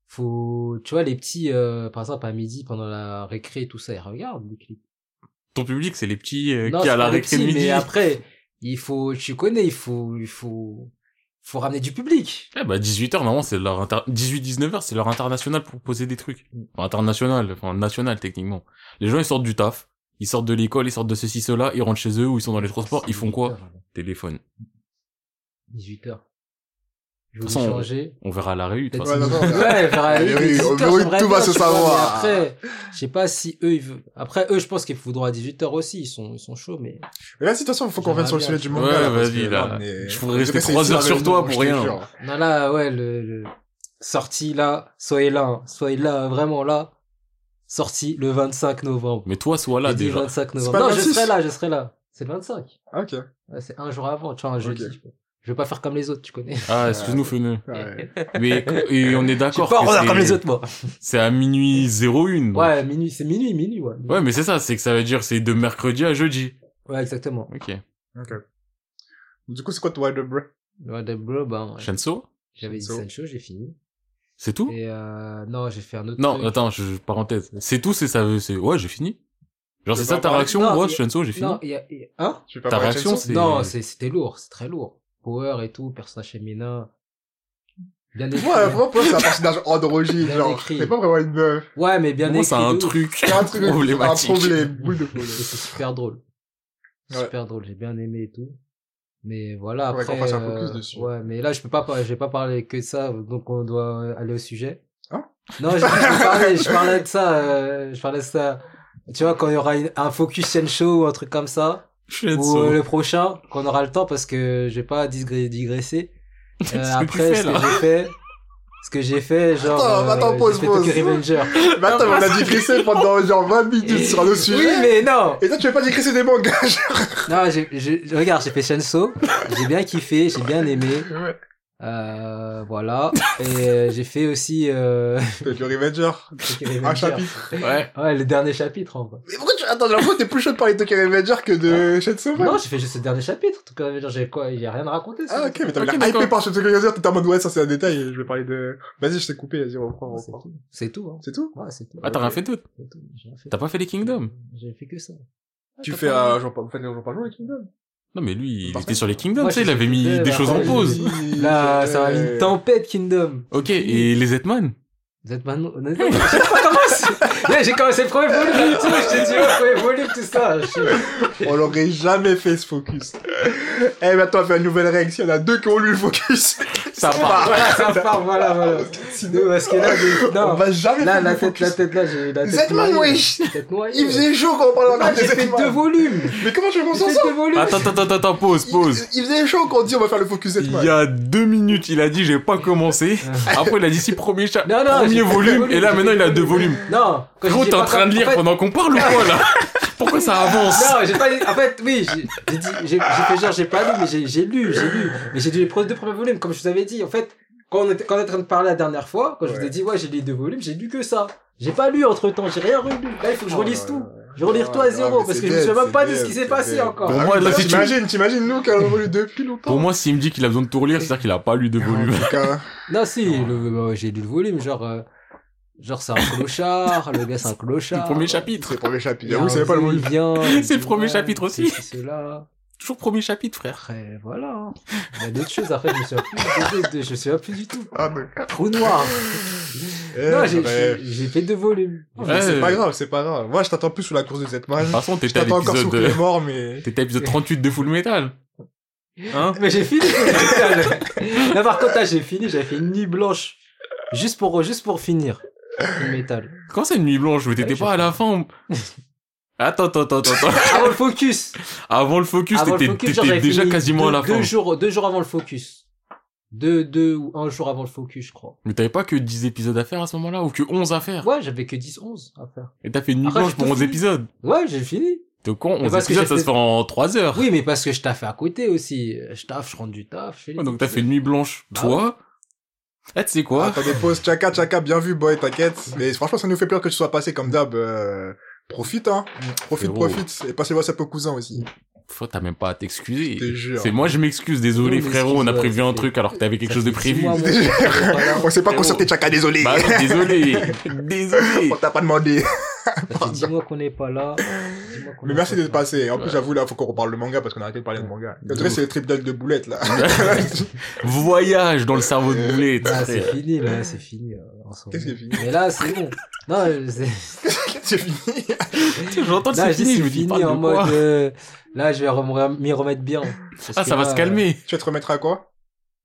faut, tu vois, les petits, euh, par exemple, à midi, pendant la récré et tout ça, ils regardent les clips. Ton public c'est les petits euh, Non, qui c'est à la pas les récré de petits, midi. Mais après, il faut, tu connais, il faut, il faut, faut ramener du public. Eh bah 18h normalement c'est leur inter... 18 19h c'est leur international pour poser des trucs. Enfin, international, enfin national techniquement. Les gens ils sortent du taf, ils sortent de l'école, ils sortent de ceci cela, ils rentrent chez eux ou ils sont dans les transports, ils font quoi 18h. Téléphone. 18h. Je De toute vais façon, changer. On verra à la réu de toute Peut-être façon. Ouais, non, non, Ouais, vers la Allez, Ligue des oui, visiteurs, au bureau, j'aimerais tout va bien, se tu vois, savoir. mais Après, je sais pas si eux, ils veulent... Après, eux, je pense qu'ils voudront à 18h aussi. Ils sont, ils sont chauds, mais. Mais Là, situation, faut qu'on revienne sur le sujet du manga. Ouais, là, parce vas-y, que, là. on est- Je pourrais on est rester resté trois ici à heures la sur réunion, toi je pour te rien. jure. Non, là, ouais, le, le- sorti là, soyez là, hein, soyez là, vraiment là. Sorti le 25 novembre. Mais toi sois là J'ai dit déjà. 25 pas novembre. le Non, je 26. serai là, je serai là. C'est le 25. Ok. Ouais, c'est un jour avant, tu vois, un jeudi. Ok. Je vais pas faire comme les autres, tu connais. Ah, excuse-nous feneux. Ouais. Mais et on est Je vais d'accord pas que en faire c'est- comme les autres, moi. C'est à minuit 01. donc. Ouais, minuit, c'est minuit, minuit, ouais. Ouais, mais c'est ça, c'est que ça veut dire c'est de mercredi à jeudi. Ouais, exactement. OK. Ok. Du coup, c'est quoi ton Wild Breath Ouais, des bleus, ben, ouais. Shenso, J'avais dit So. Sancho, j'ai fini. c'est tout Et euh, non, j'ai fait un autre Non, truc. attends, je, je- parenthèse. C'est tout, c'est ça veut c'est ouais, j'ai fini. Genre Je c'est vais ça pas ta parler. réaction Non, Ouais, il y a- Shenso, j'ai fini. Non, il y a... il y a- Hein Tu veux pas Ta parler de réaction, Chainsaw C'est- Non, c'est- c'était lourd, c'est très lourd. Power et tout, personnage féminin. Bien écrit. Ouais, vraiment, pour moi, c'est un personnage androgyne, Bien genre. écrit. C'est pas vraiment une meuf. Ouais, mais bien Pour moi, écrit. c'est un de ouf. truc. C'est un truc, un Problématique. problème, boule de Et problème. c'est super drôle. Ouais. Super drôle, j'ai bien aimé et tout. Mais voilà, Faudrait après. qu'on fasse un focus euh, dessus. Ouais, mais là, je peux pas, par- je vais pas parler que de ça, donc on doit aller au sujet. Hein Non, je, je parlais, je parlais de ça, euh, je parlais de ça. Tu vois, quand il y aura une- un focus Sensho ou un truc comme ça, ou euh, Shenso. le prochain qu'on aura le temps parce que je vais pas digré- digresser Euh, Qu'est-ce que tu après fais, ce que là j'ai fait ce que j'ai fait genre Attends, euh, attends, j'ai pause, fait pause. Tokyo Revenger Mais attends, on a digressé pendant genre 20 minutes sur le oui sujet. mais non Et toi, tu veux pas digresser des mangas, genre. non j'ai- je- regarde j'ai fait Shenso j'ai bien kiffé j'ai bien aimé Euh, voilà. Et euh, j'ai fait aussi euh, T'as du Revenger. Tokyo Un Revenger. chapitre. Ouais. Ouais, le dernier chapitre en vrai. Mais pourquoi tu. Attends, j'ai l'impression que t'es plus chaud de parler de Tokyo Revenger que de Shetsuman. Non, j'ai fait juste le dernier chapitre. En tout cas, Revenger, j'ai quoi Il y a rien à raconter. ça. Ah, ok, mais t'avais Ok, l'air hypé d'accord. par Shetsuman Revenger. T'étais en mode, ouais, ça c'est un détail. Je vais parler de. Vas-y, je t'ai coupé. Vas-y, on reprend, on C'est reprend. tout. C'est tout. Hein. C'est tout Ouais, c'est tout. Ah, t'as rien fait d'autre. C'est tout. J'ai rien fait. T'as pas fait les Kingdoms J'ai fait que ça. Tu t'as fais pas- euh, Jean Paul Jean Paul avec Kingdom. Non, mais lui, il Parfait. était sur les Kingdoms, Moi, tu sais, il je avait suis- mis Ouais, des bah, choses en ouais, pause. Là, euh, ça va une tempête Kingdom. Ok, et les Hetman Vous êtes maintenant. honnêtement, Je sais pas comment c'est- Là, j'ai commencé le premier volume, là, tu vois, je t'ai dit, ouais, premier volume, tout ça. je sais. On l'aurait jamais fait ce focus. Eh, mais attends, on fait une nouvelle règle. S'il y en a deux qui ont lu le focus, Ça part. c'est pas- Voilà, ça part, voilà, voilà. Sinon, Non, parce que là, j'ai- on non. va jamais Ah. Là, faire la le tête, focus. la tête, là, j'ai la tête. Zetman, noyée. wesh. La tête noyée. Il faisait chaud quand on parlait Ah, encore J'ai des fait animaux. deux volumes. Mais comment tu veux qu'on J'ai s'en fait sort deux volumes. Attends, attends, attends, attends, pause, pause. Il, il faisait chaud quand on dit on va faire le focus Il Zetman. y a deux minutes, il a dit j'ai pas commencé. Après, il a dit si premier chat, Non, non, j'ai premier fait deux volume, volumes, et là j'ai maintenant fait il a deux deux volumes. Non. quand Gros, j'ai t'es en pas train de compris- lire en fait- pendant qu'on parle ou quoi là Pourquoi ça avance Non, j'ai pas lu. En fait, oui, j'ai j'ai dit, j'ai j'ai fait genre, j'ai pas lu, mais j'ai- j'ai lu, j'ai lu. Mais j'ai lu les pre- deux premiers volumes, comme je vous avais dit. En fait, quand on était, quand on était en train de parler la dernière fois, quand je vous Ouais. ai dit, ouais, j'ai lu les deux volumes, j'ai lu que ça. J'ai pas lu entre temps, j'ai rien relu. Là, il faut que Ah, je relise tout. Je vais relire tout à zéro, parce que je me souviens même pas de ce qui s'est passé encore. Ah, Pour moi, là, si tu- T'imagines, t'imagines nous qu'on a relu depuis longtemps. Pour moi, s'il me dit qu'il a besoin de tout relire, c'est-à-dire qu'il a pas lu de volume. En tout cas, Non, si, le- bah ouais, j'ai lu le volume, genre, euh, genre, c'est un clochard, le gars, c'est un Le clochard. premier c'est chapitre. le premier chapitre. Il y a J'avoue, c'est pas le un volume. Bolivien, C'est le premier ouais, chapitre c'est- aussi. c'est Cela. Toujours premier chapitre, frère. Après, voilà. hein. Il y a d'autres choses. Après, je me souviens plus, de- de- je me souviens plus du tout. Ah, donc. Trou noir. Eh, non, j'ai- bref. j'ai j'ai fait deux volumes. Ouais. C'est pas grave, c'est pas grave. Moi, je t'attends plus sous la course de Zetman. De toute façon, Je t'étais à t'attends encore sous l'épisode, euh, Clément, mais. t'étais à l'épisode 38 de Full Metal. Hein Mais j'ai fini. là, par contre, là, j'ai fini. J'avais fait une nuit blanche. Juste pour, juste pour finir. Le métal. Comment c'est une nuit blanche Mais Ouais, t'étais je pas à la fin Attends, attends, attends, attends. Avant le focus. Avant le focus, Avant le t'étais focus, genre, t'étais j'avais déjà fini quasiment à deux- la fin. Deux jours, deux jours avant le focus. Deux, deux ou un jour avant le focus, je crois. Mais t'avais pas que 10 épisodes à faire à ce moment-là ou que 11 à faire Ouais, j'avais que 10, 11 à faire. Et t'as fait une nuit Après, blanche j'ai pour tout 11 fini. épisodes. Ouais, j'ai fini. Donc quoi, 11 parce que épisodes, j'ai ça se fait- fait en 3 heures. Oui, mais parce que je taffe à côté aussi. Je taffe, je rentre du taf. je fais les Ouais, donc t'as épisodes. fait une nuit blanche, Bah toi. Ah, Eh, tu sais quoi Attendez, pause. Chaka, Chaka, bien vu, boy, t'inquiète. Mais franchement, ça nous fait peur que tu sois passé comme d'hab. euh, Profite, hein. Profite, Frérot. profite. Et passez voir ça peu cousin aussi. Faut t'as même pas à t'excuser. Je te jure. C'est moi, je m'excuse, désolé Oui, mais frérot, on a excuse-moi, prévu ça un fait- truc alors que t'avais quelque Ça chose de fait six prévu. mois, moi, Déjà. je suis pas là. On s'est pas Frérot. concerté, Chaka, désolé. Bah non, désolé, désolé. On t'a pas demandé. Ça fait 10 mois qu'on n'est pas là. Dix mois qu'on Mais est merci pas d'être là. passé. En plus, j'avoue, là, faut qu'on reparle le manga parce qu'on a arrêté de parler de manga. De En tout cas, ouf. c'est le trip de boulettes, là. Voyage dans le cerveau de boulet. Ah, c'est fini, là, c'est fini. euh, en ce Qu'est-ce qui est moment. fini Mais là, c'est bon. Non, euh, c'est- C'est fini. J'entends que là, Oh, c'est je dis, fini, je c'est me dis pas fini en de quoi. mode. euh, Là, je vais rem- m'y remettre bien. Parce Ah, que ça va là, se calmer. Tu vas te remettre à quoi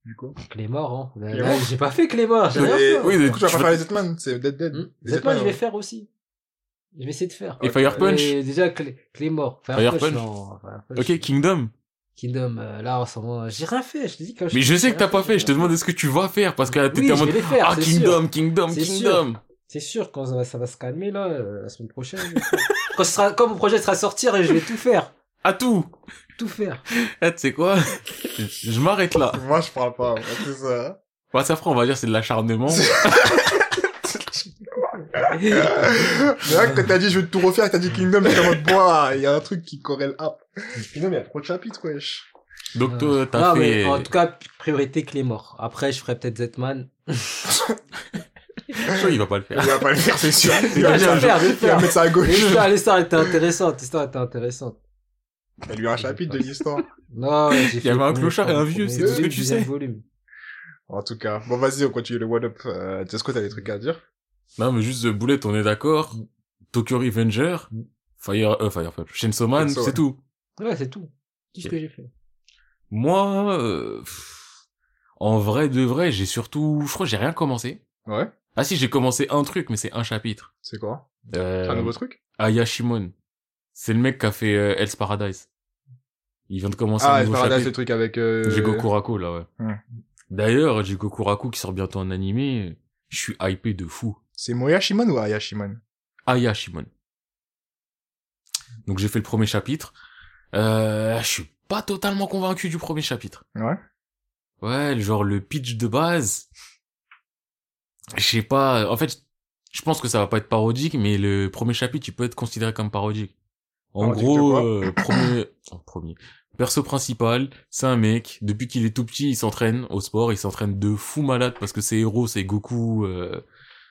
Du coup euh, Clémor, hein. Là, Clémor. là, j'ai pas fait Clémor, j'ai rien Et- fait. oui, du coup, tu vas tu pas vas- faire les Zetman, c'est Dead Dead. Hmm. Les Zetman, je vais ouais. faire aussi. Je vais essayer de faire. Et Fire Punch. Mais déjà, Clé- Clémor. Fire, Fire Punch, Punch. non, Fire Punch, Ok, Kingdom. Kingdom, euh, là, en ce moment, j'ai rien fait, je te dis. Quand Mais je sais que t'as pas fait, je te demande demande est-ce que tu vas faire parce que là, Oui, t'étais en je mode vais les faire, Ah, c'est Kingdom, sûr. Kingdom, C'est Kingdom. C'est sûr, quand ça va, ça va se calmer, là, euh, la semaine prochaine. quand, ce sera, quand mon projet sera sorti, je vais tout faire. À tout. Tout faire. Eh, tu sais quoi Je je m'arrête là. Moi, je parle pas, ouais, c'est ça. Bah, ça après, on va dire c'est de l'acharnement. Mais là, quand t'as dit je veux tout refaire, t'as dit Kingdom, j'étais en mode, boah, il y a un truc qui corrèle up. Kingdom, il y a trop de chapitres, wesh. Donc, toi, Euh, Non, t'as mais fait. en tout cas, priorité Clémor. Après, je ferai peut-être Zetman. Toi, il va pas le faire. Il va pas le faire, c'est sûr. Il Je va vais bien, le mettre ça- faire, je vais le il va faire. mettre ça à Mais gauche. L'histoire l'histoire était intéressante, l'histoire était intéressante. T'as lu un chapitre de l'histoire. Non, j'ai y avait un clochard et un vieux, c'est tout ce que tu sais. Volume. En tout cas, bon, vas-y, on continue le one-up. Euh, Tesco, t'as des trucs à dire? Non, mais juste euh, Boulette, on est d'accord. Tokyo Revenger, Fire, euh, Fire, Punch, Chainsaw Man, Chainsaw, ouais. c'est tout. Ouais, c'est tout. Tout ce que j'ai fait. Moi, euh, pff, en vrai de vrai, j'ai surtout, je crois, que j'ai rien commencé. Ouais. Ah si, j'ai commencé un truc, mais c'est un chapitre. C'est quoi? Un Euh, nouveau truc? Ayashimon. C'est le mec qui a fait euh, Hell's Paradise. Il vient de commencer Ah, un je nouveau parle le chapitre. truc avec, euh... Jigoku Raku, là, ouais. Ouais. D'ailleurs, Jigoku Raku qui sort bientôt en animé, je suis hypé de fou. C'est Moyashimon ou Ayashimon? Aya Shimon. Donc j'ai fait le premier chapitre. Euh, je suis pas totalement convaincu du premier chapitre. Ouais. Ouais, genre le pitch de base. Je sais pas. En fait, je pense que ça va pas être parodique, mais le premier chapitre, il peut être considéré comme parodique. En Parodique de gros, quoi euh, premier, oh, premier. Perso principal, c'est un mec. Depuis qu'il est tout petit, il s'entraîne au sport. Il s'entraîne de fou malade parce que ses héros, c'est Goku, euh,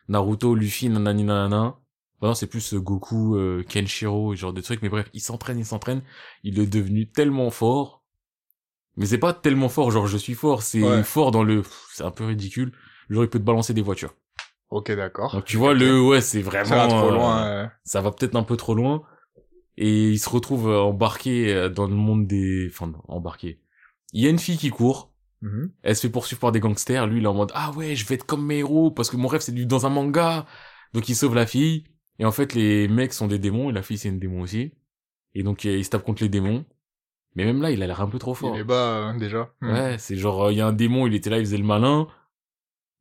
Naruto, Luffy, nanani nanana. Enfin, non, c'est plus euh, Goku, euh, Kenshiro, et ce genre de trucs. Mais bref, il s'entraîne, il s'entraîne. Il est devenu tellement fort. Mais c'est pas tellement fort, genre je suis fort. C'est Ouais. fort dans le, Pff, c'est un peu ridicule. Genre il peut te balancer des voitures. Ok, d'accord. Donc tu vois le ouais c'est vraiment Ça va trop euh, loin. euh. ça va peut-être un peu trop loin et il se retrouve euh, embarqué euh, dans le monde des enfin non, embarqué. Il y a une fille qui court, Mhm. elle se fait poursuivre par des gangsters, lui il est en mode ah ouais, je vais être comme mes héros parce que mon rêve c'est d'être dans un manga. Donc il sauve la fille et en fait les mecs sont des démons et la fille c'est une démon aussi. Et donc euh, il se tape contre les démons. Mais même là, il a l'air un peu trop fort. Il est bas, euh, déjà. Mhm. Ouais, c'est genre euh, il y a un démon, il était là, il faisait le malin.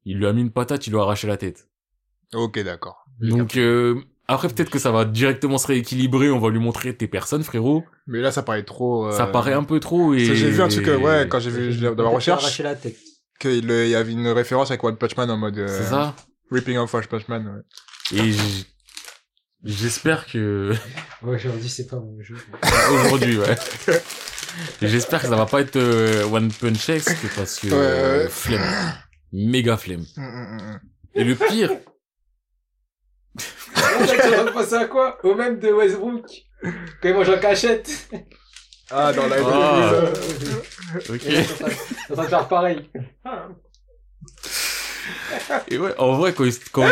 Il lui a mis une patate, il lui a arraché la tête. Ok, d'accord. Donc euh, après peut-être que ça va directement se rééquilibrer, on va lui montrer tes personnes frérot. Mais là, ça paraît trop... euh, Ça paraît un peu trop parce et que J'ai vu un truc, euh, ouais, quand j'ai vu Peut-être je l'ai- dans ma pas recherche, arracher la tête. qu'il euh, il y avait une référence avec One Punch Man en mode... euh, C'est ça Ripping off One Punch Man, ouais. et j- j'espère que Ouais, aujourd'hui, c'est pas mon jeu. aujourd'hui ouais. Et J'espère que ça va pas être euh, One Punch X que- parce que Ouais, euh, ouais. flemme. Méga flemme. Mhm, mhm, mhm. Et le pire, ça va passer à quoi Au même de Westbrook. Quand il mange en cachette. Ah, dans la... Ah. Euh, OK. Ça va faire pareil. Et ouais, en vrai quand, il se- quand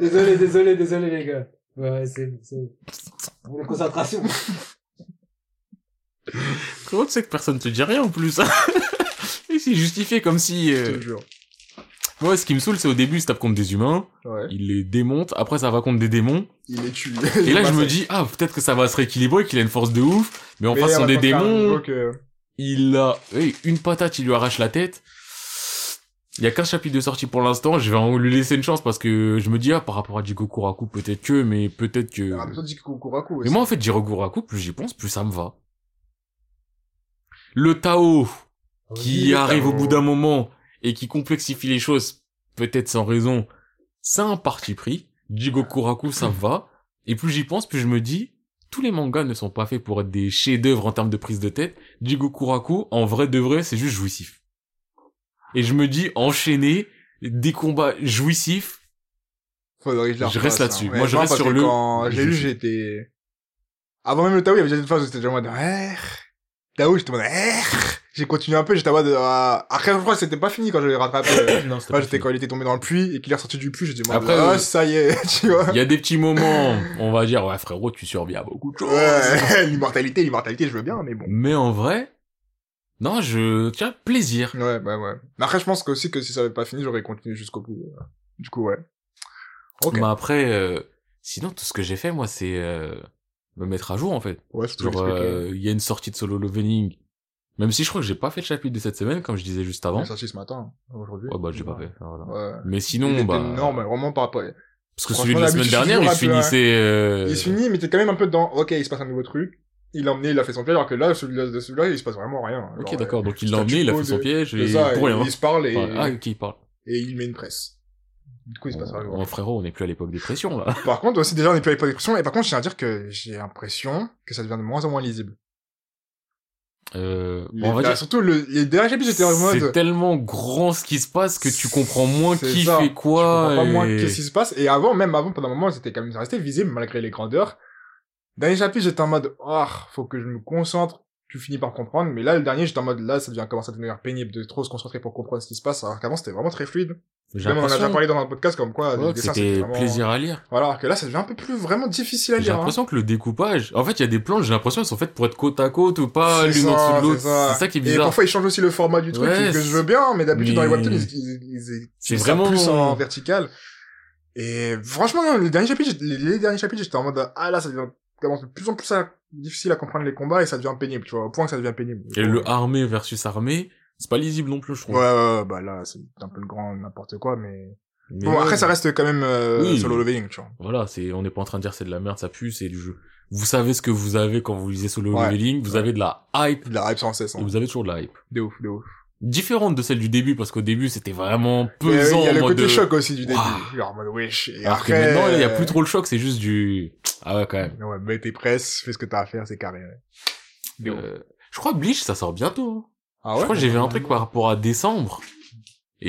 Désolé, désolé, désolé, les gars. Ouais, ouais, c'est, c'est, pour la concentration. Comment tu sais que personne te dit rien en plus hein. Et c'est justifié comme si Je euh, te jure. Moi ce qui me saoule c'est au début il se tape contre des humains, Ouais. il les démonte, après ça va contre des démons. Il est tué. Et là, je me dis, ah, peut-être que ça va se rééquilibrer, qu'il a une force de ouf, mais en Mais face, ce sont on des va faire un démons. niveau que- Il a, hey, une patate, il lui arrache la tête. Il y a qu'un chapitre de sortie pour l'instant, je vais en lui laisser une chance parce que je me dis, ah, par rapport à Jigoku Raku, peut-être que, mais peut-être que... Ah, mais toi, tu dis Kukuraku Mais aussi. moi, en fait, Jigoku Raku, plus j'y pense, plus ça me va. Le Tao, qui le arrive au Tao. bout d'un moment et qui complexifie les choses, peut-être sans raison, c'est un parti pris. Jigoku Raku, ça me va. Et plus j'y pense, plus je me dis, tous les mangas ne sont pas faits pour être des chefs-d'œuvre en termes de prise de tête. Jigoku Raku, en vrai de vrai, c'est juste jouissif. Et je me dis, enchaîner des combats jouissifs. Faudrait que je la Je reste refasse, là-dessus. hein. Moi, Ouais, je non, reste parce sur que le- Quand je l'ai lu, Je- j'étais... Avant même le Tao, il y avait déjà une phase où j'étais déjà en mode... Eh, Tao, j'étais en mode... Eh. J'ai continué un peu, j'étais en mode... ah. Après, je crois que c'était pas fini quand je l'ai rattrapé. Non, Moi, j'étais quand il était tombé dans le puits et qu'il est ressorti du puits, j'étais en mode... Après, Ah, euh, ça y est, tu vois. Il y a des petits moments, on va dire, ouais, frérot, tu survis à beaucoup de choses. Ouais, l'immortalité, l'immortalité, je veux bien, mais bon. Mais en vrai, non, je, tiens, plaisir. Ouais, bah ouais. Mais après, je pense que aussi que si ça avait pas fini, j'aurais continué jusqu'au bout. euh. Du coup, ouais. Ok. Mais après, euh, sinon, tout ce que j'ai fait, moi, c'est, euh, me mettre à jour, en fait. Ouais, c'est toujours Genre, expliqué. euh, il y a une sortie de solo leveling. Même si je crois que j'ai pas fait le chapitre de cette semaine, comme je disais juste Il avant. est sorti ce matin, hein, aujourd'hui. Ouais, bah, j'ai pas fait. voilà. Ouais. Mais Il sinon, était bah. énorme, vraiment par rapport. Parce que Franchement, celui de la semaine d'habitude, je suis dernière, il se toujours un peu, finissait, euh... Il se finit, mais t'es quand même un peu dans, ok, il se passe un nouveau truc. Il l'a emmené, il a fait son piège, alors que là, celui-là, de celui-là, il se passe vraiment rien. Ok, Genre, d'accord. Donc, il statu l'a emmené, il a quo fait son de- piège, C'est et ça, pour et rien. hein. ils se parlent et, Enfin, Ah, ok, il parle. et il met une presse. Du coup, il se passe rien. Oh, frérot, on est plus à l'époque des pressions, là. Par contre, aussi, déjà, on n'est plus à l'époque des pressions, et par contre, je tiens à dire que j'ai l'impression que ça devient de moins en moins lisible. Euh, Les- on va là, dire. Surtout, le, les derniers chapitres, j'étais en mode. C'est tellement grand ce qui se passe que tu comprends moins C'est qui ça. fait Je quoi. comprends pas moins et- qu'est-ce qui se passe. Et avant, même avant, pendant un moment, c'était quand même ça restait visible malgré les grandeurs. Dernier chapitre, j'étais en mode, ah, faut que je me concentre. Tu finis par comprendre. Mais là, le dernier, j'étais en mode, là, ça devient commencer à devenir pénible de trop se concentrer pour comprendre ce qui se passe. Alors qu'avant, c'était vraiment très fluide. J'ai Même on en a déjà l'impression parlé dans un podcast comme quoi. ouais, le que dessin, c'était vraiment- plaisir à lire. Voilà, alors que là, ça devient un peu plus vraiment difficile à J'ai lire. hein. l'impression que le découpage, en fait, il y a des planches, j'ai l'impression qu'elles sont faites pour être côte à côte ou pas C'est l'une en ça, dessous de l'autre. c'est ça. C'est ça qui est Et bizarre. parfois, ils changent aussi le format du truc, Ouais, que c'est- je veux bien, mais d'habitude, dans les mais- webtoons, ils, ils, ils, ils C'est utilisent ça vraiment- plus en vertical. Et franchement, non, les derniers chapitres, les, les derniers chapitres, j'étais en mode, ah là, ça devient commence de plus en plus à- difficile à comprendre les combats et ça devient pénible, tu vois, au point que ça devient pénible. Et le armée versus armée, c'est pas lisible non plus, je Ouais, trouve. ouais, ouais, bah là, c'est un peu le grand n'importe quoi, mais Mais Bon, ouais, après, ça reste quand même euh, Oui. solo leveling, tu vois. Voilà, c'est, on n'est pas en train de dire c'est de la merde, ça pue, c'est du jeu. Vous savez ce que vous avez quand vous lisez Solo Ouais. Leveling, vous avez de la hype, De la hype sans cesse. et Hein. vous avez toujours de la hype. De ouf, de ouf. Différente de celle du début, parce qu'au début, c'était vraiment Mais, euh, pesant Il y a en le mode côté de- choc aussi du début. Ouah. Genre en mode wesh. Et Alors que après, maintenant, il y a euh, plus trop le choc, c'est juste du, ah ouais, quand même. Ouais, mets tes presses, fais ce que t'as à faire, c'est carré. ouais. De ouf. Euh, je crois que Bleach, ça sort bientôt. hein. Ah je crois que j'ai vu un truc par rapport à décembre.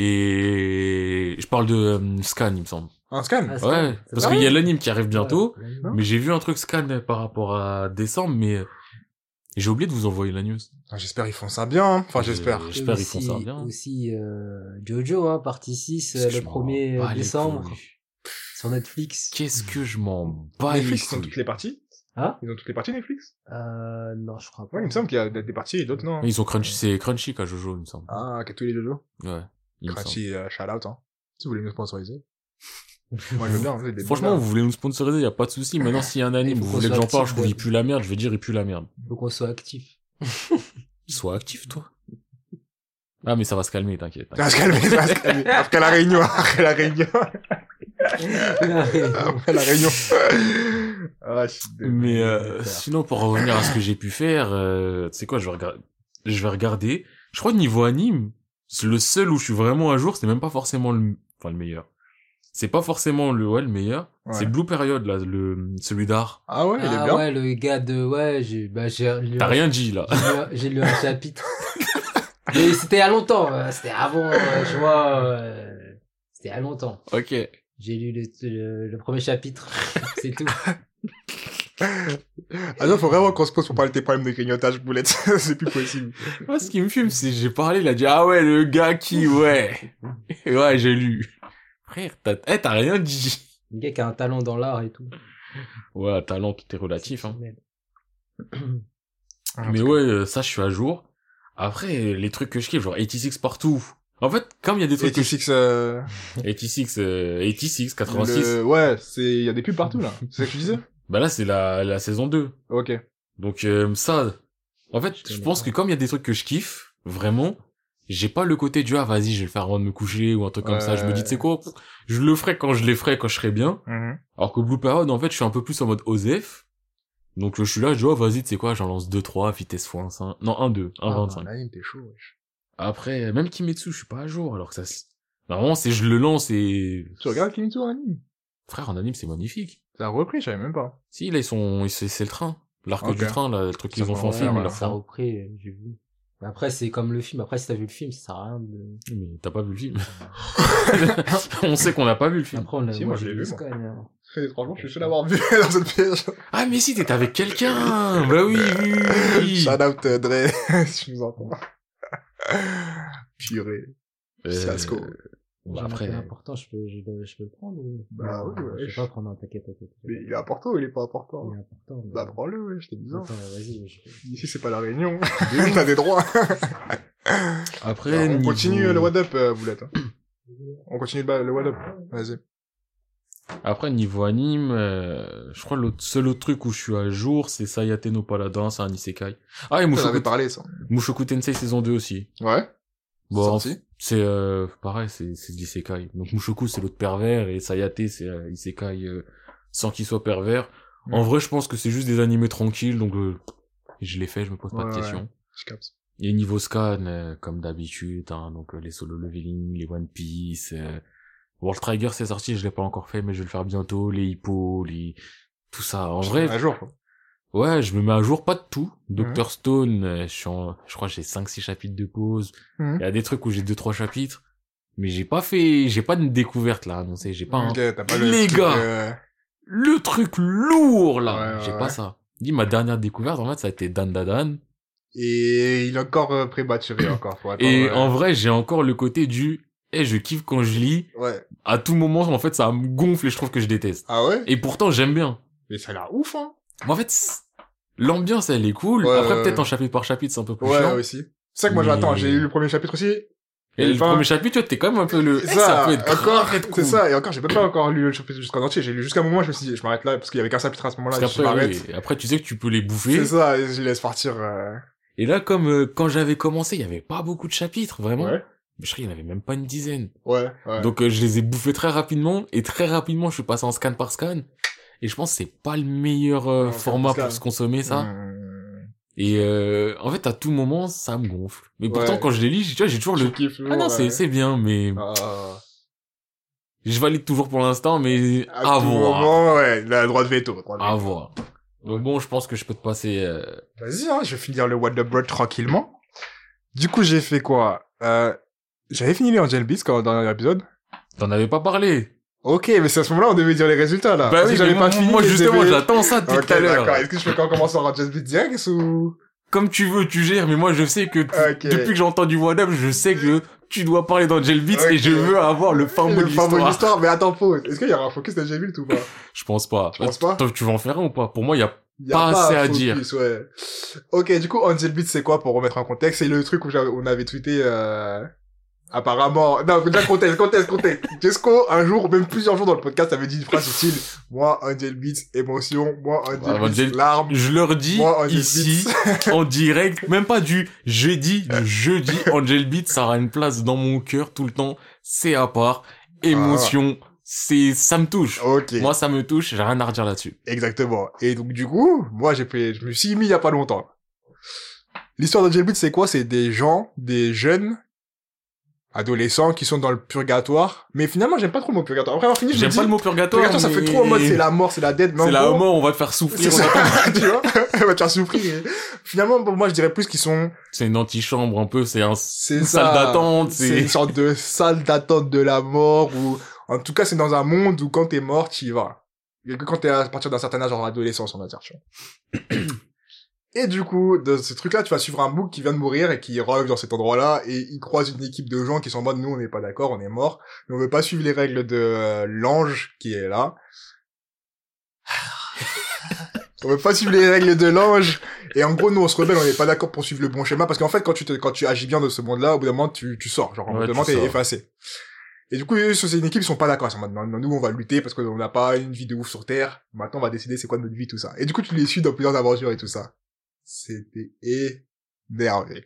Et je parle de euh, Scan, il me semble. Un scan Ah, Scan, Ouais, c'est parce vrai qu'il y a l'anime qui arrive bientôt. Ouais. Non. Mais j'ai vu un truc Scan par rapport à décembre, mais euh, j'ai oublié de vous envoyer la news. Ah, J'espère ils font ça bien. hein. Enfin, j'espère. Euh, Et J'espère qu'ils aussi, font ça bien. Aussi euh, Jojo, hein, partie 6, Parce euh, que le je m'en 1er bats les décembre, couilles. sur Netflix. Qu'est-ce que je m'en bats les Netflix, ils ont couilles. toutes les parties Hein Ils ont toutes les parties Netflix Euh, non, je crois pas. Ouais, il me semble qu'il y a des parties et d'autres non. Ils ont Crunchy, c'est Crunchy qu'a Jojo, il me semble. Ah, qu'à tous les Jojo. Ouais. il me semble. Crunchy, euh, shout out, hein. Si vous voulez nous sponsoriser. Moi, je veux bien. vous êtes des hein. Franchement, bons vous voulez nous sponsoriser, y a pas de souci. Maintenant, s'il y a un anime, Il faut vous qu'on voulez que soit j'en parle, je actif, trouve il Dan. pue la merde, je vais dire il pue la merde. Faut qu'on soit actif. Sois actif, toi. Ah, mais ça va se calmer, t'inquiète. gars. Ah, se calmer, ça va se calmer. Après la réunion, après la réunion, après la réunion. Ah, je suis désolé. Mais euh, sinon, pour revenir à ce que j'ai pu faire, euh, tu sais quoi, je vais, regarder je vais regarder. Je crois que niveau anime, c'est le seul où je suis vraiment à jour, c'est même pas forcément le, enfin, le meilleur. C'est pas forcément le, ouais, le meilleur. Ouais. C'est Blue Period, là, le, celui d'art. Ah ouais, il est ah bien. ouais, le gars de... Ouais, j'ai bah, j'ai lu, T'as un- rien dit, là. j'ai lu un- j'ai lu un chapitre. Mais c'était il y a longtemps, euh, c'était avant, euh, tu vois... euh, C'était il y a longtemps. ok. J'ai lu le, le, le premier chapitre, c'est tout. Ah non, faut vraiment qu'on se pose pour parler de tes problèmes de grignotage, boulette. c'est plus possible. Moi, ce qui me fume, c'est j'ai parlé, il a dit ah ouais le gars qui ouais ouais j'ai lu. Frère, t'as eh, t'as rien dit. Le gars qui a un talent dans l'art et tout. Ouais, talent tout est relatif. Hein. Ah, Mais ouais, euh, ça je suis à jour. Après euh, les trucs que je kiffe, genre 86 partout. En fait, comme il y a des trucs 86, euh, que je... 86, euh, 86, 86. le- ouais, c'est, il y a des pubs partout, là. C'est ça que tu disais? Bah là c'est la la saison 2. Ok. Donc euh, ça, en fait, Je je, connais pense pas. que comme il y a des trucs que je kiffe, vraiment, j'ai pas le côté du ah vas-y je vais le faire avant de me coucher ou un truc comme ça. Je me dis tu sais quoi, je le ferai quand je les ferai quand je serai bien. Mhm. Alors que Blue Parade, en fait, je suis un peu plus en mode OZEF. Donc euh, je suis là, je dis, oh, vas-y, tu sais quoi, j'en lance 2-3, vitesse x1, non, 1-2, Ah, 1-25. Naïm, t'es chaud, wesh. Après, même Kimetsu, je suis pas à jour, alors que ça... se- Normalement, c'est je le lance et... Tu regardes Kimitsu en anime? Frère, en anime, c'est magnifique. Ça a repris, je savais même pas. Si, là, ils sont... ils- C'est c'est le train. L'arc Ok. du train, là, le truc Ça qu'ils ont va, fait en ouais, film, ouais, ils la ça a font. repris, euh, j'ai vu. Mais après, c'est comme le film. Après, si t'as vu le film, ça sert à rien de. Mais t'as pas vu le film. On sait qu'on n'a pas vu le film. Après, on a... Si, moi, je l'ai vu, ce moi. con, hein. Ça fait étrangement, je suis seul à avoir vu dans cette pièce. Ah, mais si, t'étais avec quelqu'un Bah oui, oui, oui, oui. Shout out, euh, Dre, si tu nous entends. Purée. Euh, Fiasco. bah, J'en ai après... fait important, je peux, je, dois- je peux le prendre ou... Bah, Non, ouais, Je wesh. vais pas prendre un paquet, paquet. paquet. Mais il est important ou il est pas important? Il est important. mais- Bah, prends-le, wesh, t'es bizarre. Attends, vas-y, mais je... Ici, c'est pas la réunion. T'as des droits. Après, Alors, on niveau- continue le what up, euh, Boulette. hein. On continue le ba- le what up. Vas-y. Après, niveau anime, euh, je crois le seul autre truc où je suis à jour, c'est Sayate no Paladin, c'est un isekai. Ah, et On avait Mushoku, parlé, ça. Mushoku Tensei saison 2 aussi. Ouais. Bon, Sorti. C'est euh, pareil, c'est c'est de l'isekai. Donc Mushoku, c'est l'autre pervers, et Sayate, c'est euh, isekai euh, sans qu'il soit pervers. Mm. En vrai, je pense que c'est juste des animés tranquilles, donc euh, je l'ai fait, je me pose pas Ouais, de ouais. questions. Je capte. Et niveau scan, euh, comme d'habitude, hein, donc euh, les solo leveling, les One Piece, euh, World Trigger c'est sorti, je l'ai pas encore fait, mais je vais le faire bientôt, les hippos, les... tout ça. En vrai, Un jour, quoi. ouais, je me mets à jour pas de tout. Mhm. Dr Stone, euh, je, suis en- je crois que j'ai 5-6 chapitres de pause. Il Mhm. y a des trucs où j'ai 2-3 chapitres, mais j'ai pas fait, j'ai pas de découverte là annoncée, j'ai pas un- Ok, t'as pas le Les truc, gars. euh, le truc lourd là, Ouais, ouais, j'ai ouais. Ah, pas ça. Dis, ma dernière découverte, en fait, ça a été Dan Dan. Et il est encore euh, prématuré, encore. Faut attendre, Et euh, en vrai, j'ai encore le côté du, eh, je kiffe quand je lis, euh, Ouais. à tout moment, en fait, ça me gonfle et je trouve que je déteste. Ah ouais? Et pourtant, j'aime bien. Mais ça a l'air ouf, hein. Mais en fait, c'est- l'ambiance, elle est cool. Ouais, Après, ouais, peut-être ouais. en chapitre par chapitre, c'est un peu plus Ouais, chiant. aussi. C'est ça que moi Mais- j'attends. J'ai lu le premier chapitre aussi. Et le Enfin, premier chapitre, tu vois, t'es quand même un peu le... c'est Eh, ça, peut être encore, grave être cool. c'est ça. Et encore, j'ai même pas encore lu le chapitre jusqu'en entier. J'ai lu jusqu'à un moment, je me suis dit, je m'arrête là, parce qu'il y avait qu'un chapitre à ce moment-là, Parce je qu'après, m'arrête. oui, et après, tu sais que tu peux les bouffer. C'est ça, et je laisse partir, euh, Et là, comme euh, quand j'avais commencé, il y avait pas beaucoup de chapitres, vraiment. Ouais. Mais je crois qu'il y en avait même pas une dizaine. Ouais, ouais. Donc euh, je les ai bouffés très rapidement et très rapidement je suis passé en scan par scan et je pense que c'est pas le meilleur euh, Non, scan format par scan. pour se consommer ça. Mmh. Et euh, en fait à tout moment ça me gonfle. Mais Ouais. pourtant quand je les lis, j'ai- tu vois, j'ai toujours Je le kiffe. Ah, ah non, c'est c'est bien mais je valide toujours pour l'instant mais à, à tout voir. moment, ouais, il a le droit de veto. le droit de À veto. voir. Donc bon, je pense que je peux te passer euh, Vas-y, hein, je vais finir le What the Bread tranquillement. Du coup, j'ai fait quoi euh, J'avais fini les Angel Beats quand, dans l'épisode. T'en avais pas parlé. Ok, mais c'est à ce moment-là, on devait dire les résultats, là. bah Parce oui, que mais Ah, j'avais moi- pas fini. Moi les justement, DB. j'attends ça depuis Ok, tout à d'accord. l'heure. Est-ce que je peux quand commencer en Angel Beats direct ou... Comme tu veux, tu gères, mais moi je sais que tu- Ok. depuis que j'ai entendu One Up, je sais que tu dois parler d'Angel Beats et Ok. je veux avoir le fin mot de Le fameux l'histoire. l'histoire, mais attends, pause. Est-ce qu'il y aura un focus d'Angel Beats ou pas Je pense pas. Je pense pas. Toi, tu vas en faire un ou pas Pour moi, il y a... Il y a Pas assez un à focus, dire. ouais. Ok, du coup, Angel Beats, c'est quoi pour remettre en contexte C'est le truc où j'avais- on avait tweeté. Euh... Apparemment, non, déjà contexte, contexte, contexte. Jesco, un jour, même plusieurs jours dans le podcast, avait dit une phrase utile. Moi, Angel Beats, émotion. Moi, Angel Ah, Beats, Angel- larme. Je leur dis Moi, Angel ici, en direct, même pas du jeudi, du jeudi, Angel Beats, ça aura une place dans mon cœur tout le temps. C'est à part. Émotion, c'est... Ça me touche. Ah. Ok, Moi, ça me touche, j'ai rien à redire là-dessus. exactement. Et donc, du coup, moi, j'ai fait, je me suis mis il y a pas longtemps. L'histoire d'Angel Beats, c'est quoi C'est des gens, des jeunes, adolescents qui sont dans le purgatoire. Mais finalement, j'aime pas trop le mot purgatoire. Après avoir fini, je me J'aime dis, pas le mot purgatoire, Purgatoire, ça mais- fait trop en mode c'est la mort, c'est la dette. mais en C'est la gros, mort, on va te faire souffrir. C'est on va t'en- ça, tu vois. Elle va te faire souffrir. Finalement, pour moi, je dirais plus qu'ils sont. C'est une antichambre un peu, c'est un... C'est une ça. salle d'attente, C'est c'est... une sorte de salle d'attente de la mort ou, en tout cas, c'est dans un monde où quand t'es mort, tu y vas. Et que quand t'es à partir d'un certain âge, genre adolescence, on va dire, tu vois. Et du coup, de ce truc-là, tu vas suivre un bouc qui vient de mourir et qui arrive dans cet endroit-là et il croise une équipe de gens qui sont en mode, nous, on n'est pas d'accord, on est mort, mais on veut pas suivre les règles de euh, l'ange qui est là. on veut pas suivre les règles de l'ange. Et en gros, nous, on se rebelle, on n'est pas d'accord pour suivre le bon schéma parce qu'en fait, quand tu te, quand tu agis bien de ce monde-là, au bout d'un moment, tu, tu sors. Genre, au Ouais, bout d'un tu moment, t'es sors. effacé. Et du coup, eux, sur- c'est une équipe, ils sont pas d'accord. Ils sont en mode, non, non, nous, on va lutter parce qu'on n'a pas une vie de ouf sur Terre. Maintenant, on va décider c'est quoi notre vie, tout ça. Et du coup, tu les suis dans plusieurs aventures et tout ça. C'était énervé.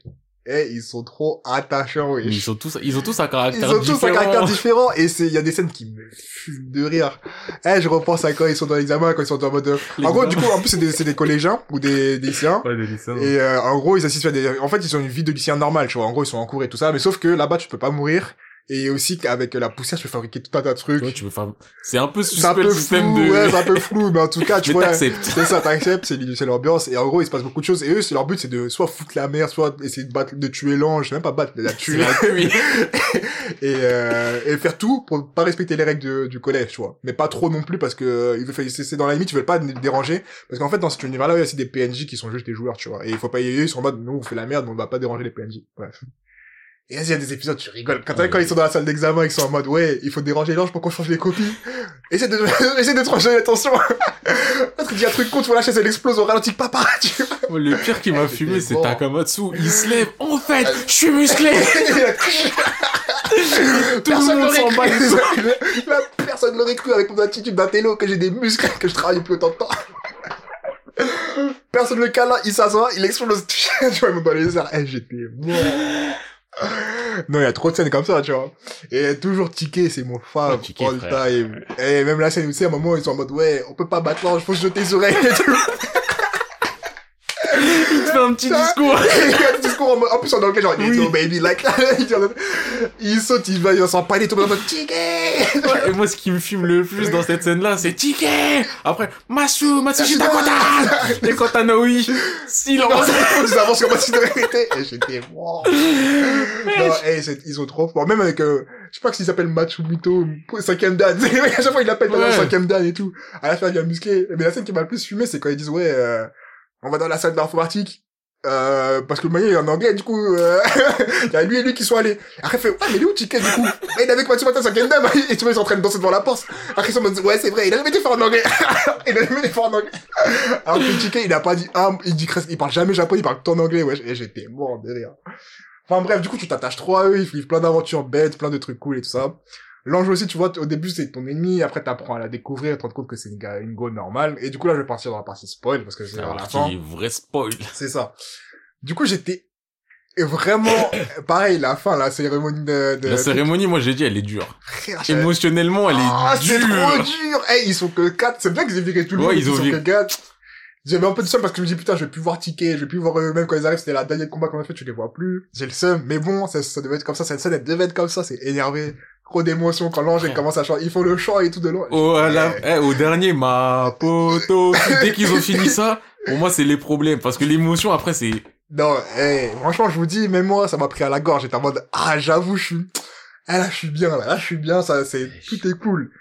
Et ils sont trop attachants, Mais wesh. Ils ont tous, ils ont tous Ah, un caractère Ils ont tous un différent. caractère différent et c'est il y a des scènes qui me fument de rire. Eh, je repense à quand ils sont dans l'examen, quand ils sont en mode. euh, En gros, du coup, en plus c'est des, c'est des collégiens ou des, des lycéens. Et euh, en gros, ils assistent à des. En fait, ils ont une vie de lycéen normale, tu vois. En gros, ils sont en cours et tout ça, mais sauf que là-bas, tu peux pas mourir. Et aussi qu'avec la poussière, tu peux fabriquer tout un tas de trucs. Ouais, tu peux faire... C'est un peu c'est un suspect peu le flou, système de... ouais, c'est un peu flou, mais en tout cas, tu mais vois. t'acceptes. C'est ça, t'acceptes, c'est l'idée, c'est l'ambiance, et en gros, il se passe beaucoup de choses, et eux, c'est leur but, c'est de soit foutre la mer, soit essayer de battre, de tuer l'ange, même pas battre, la Tu tuer. l'as tué. et, euh, et faire tout pour pas respecter les règles de- du collège, tu vois. Mais pas trop non plus parce que euh, il veut- c'est c'est dans la limite, ils veulent pas dé- déranger parce qu'en fait dans cet univers-là, il y a aussi des PNJ qui sont juste des joueurs, tu vois. Et il faut pas y aller, ils sont en mode nous on fait la merde, mais on va pas déranger les PNJ. Bref. Et vas-y, il y a des épisodes, tu rigoles. Quand, Ouais. quand ils sont dans la salle d'examen, ils sont en mode ouais, il faut déranger l'ange pour qu'on change les copies. Essaye de essaye de trancher l'attention. Parce qu'il dit un truc con, tu vois la chaise elle explose au ralenti, papa. Tu vois. Moi, Le pire qui m'a C'était fumé, c'est bon. Takamatsu. Il se lève. En fait, je suis musclé. Tout le Personne monde l'aurait s'en bat. les couilles. cru. La personne l'aurait cru avec mon attitude d'intello que j'ai des muscles, que je travaille plus autant de temps. Personne le câlin, il s'assoit, il explose. tu vois, il me bat les airs. Eh, j'étais mort. Non, il y a trop de scènes comme ça, tu vois. Et toujours tiqué, c'est mon Ouais, fave. Tiquet, all frère. time. Et même la scène où, tu sais, à un moment, ils sont en mode, ouais, on peut pas battre l'ange, faut se jeter sur elle et tout. Il te fait un petit Ça. discours. Il y a des discours en, mode- en plus en anglais, genre, Oui. little baby, like, il, dit en mode- il saute, il va, il va s'en parler, tout le monde en mode, tiqué! Et moi, ce qui me fume le plus dans cette scène-là, c'est Ticket. Après, Masu, Matsushi Dakota. Et quand t'as Naoi, silence. ils avancent comme si de rien n'était. Et j'étais mort. Non, hey, c'est- ils sont trop forts. Même avec, euh, je sais pas s'ils s'appellent Matsumito, cinquième dan. Les mecs, à chaque fois, ils l'appellent Ouais. le cinquième dan et tout. À la fin, il vient musclé. Mais la scène qui m'a le plus fumé, c'est quand ils disent, ouais, euh, on va dans la salle d'informatique. Euh, parce que le mania il est en anglais, du coup, euh, il y a lui et lui qui sont allés. Après, il fait, ouais, mais il est où Ticket, du coup? Et il est avec Matsumata, cinquième dan. Et tu vois, ils sont en train de danser devant la porte. Après, ils sont en mode, ouais, c'est vrai, il a jamais été fort en anglais. il a jamais été fort en anglais. Alors que Ticket, il a pas dit un, il dit presque- il parle jamais japonais, il parle tout en anglais, wesh, et j'étais mort de rire. Enfin bref, du coup, tu t'attaches trop à eux, ils vivent plein d'aventures bêtes, plein de trucs cool et tout ça. L'ange aussi, tu vois, t- au début, c'est ton ennemi, après t'apprends à la découvrir, tu te rends compte que c'est une, ga- une go normale, et du coup, là, je vais Ah, partir dans la partie spoil, parce que c'est vers la Alors, fin. qui est vrai spoil. C'est ça. Du coup, j'étais Et vraiment, pareil, la fin, la cérémonie de... de... La cérémonie, moi j'ai dit, elle est dure. Frère, j'avais- Émotionnellement, elle Ah, est c'est trop dure. dur Eh, ils sont que 4, c'est bien qu'ils aient viré tout le Ouais, monde, ils ils, ont sont viré. que 4. J'avais un peu de seum parce que je me dis, putain, je vais plus voir Ticket, je vais plus voir eux-mêmes quand ils arrivent, c'était la dernière combat qu'on a fait, tu les vois plus. J'ai le seum, mais bon, ça, ça devait être comme ça, cette scène, elle devait être comme ça, c'est énervé. Trop d'émotion quand l'ange, il commence à chanter, ils font le chant et tout de l'ange. Au, à la- eh, au dernier, ma poto. Dès qu'ils ont fini ça, pour moi, c'est les problèmes. Parce que l'émotion, après, c'est... Non, eh, franchement, je vous dis, même moi, ça m'a pris à la gorge. J'étais en mode, ah, j'avoue, je suis, ah, là, je suis bien, là, là, je suis bien, ça, c'est, tout est cool.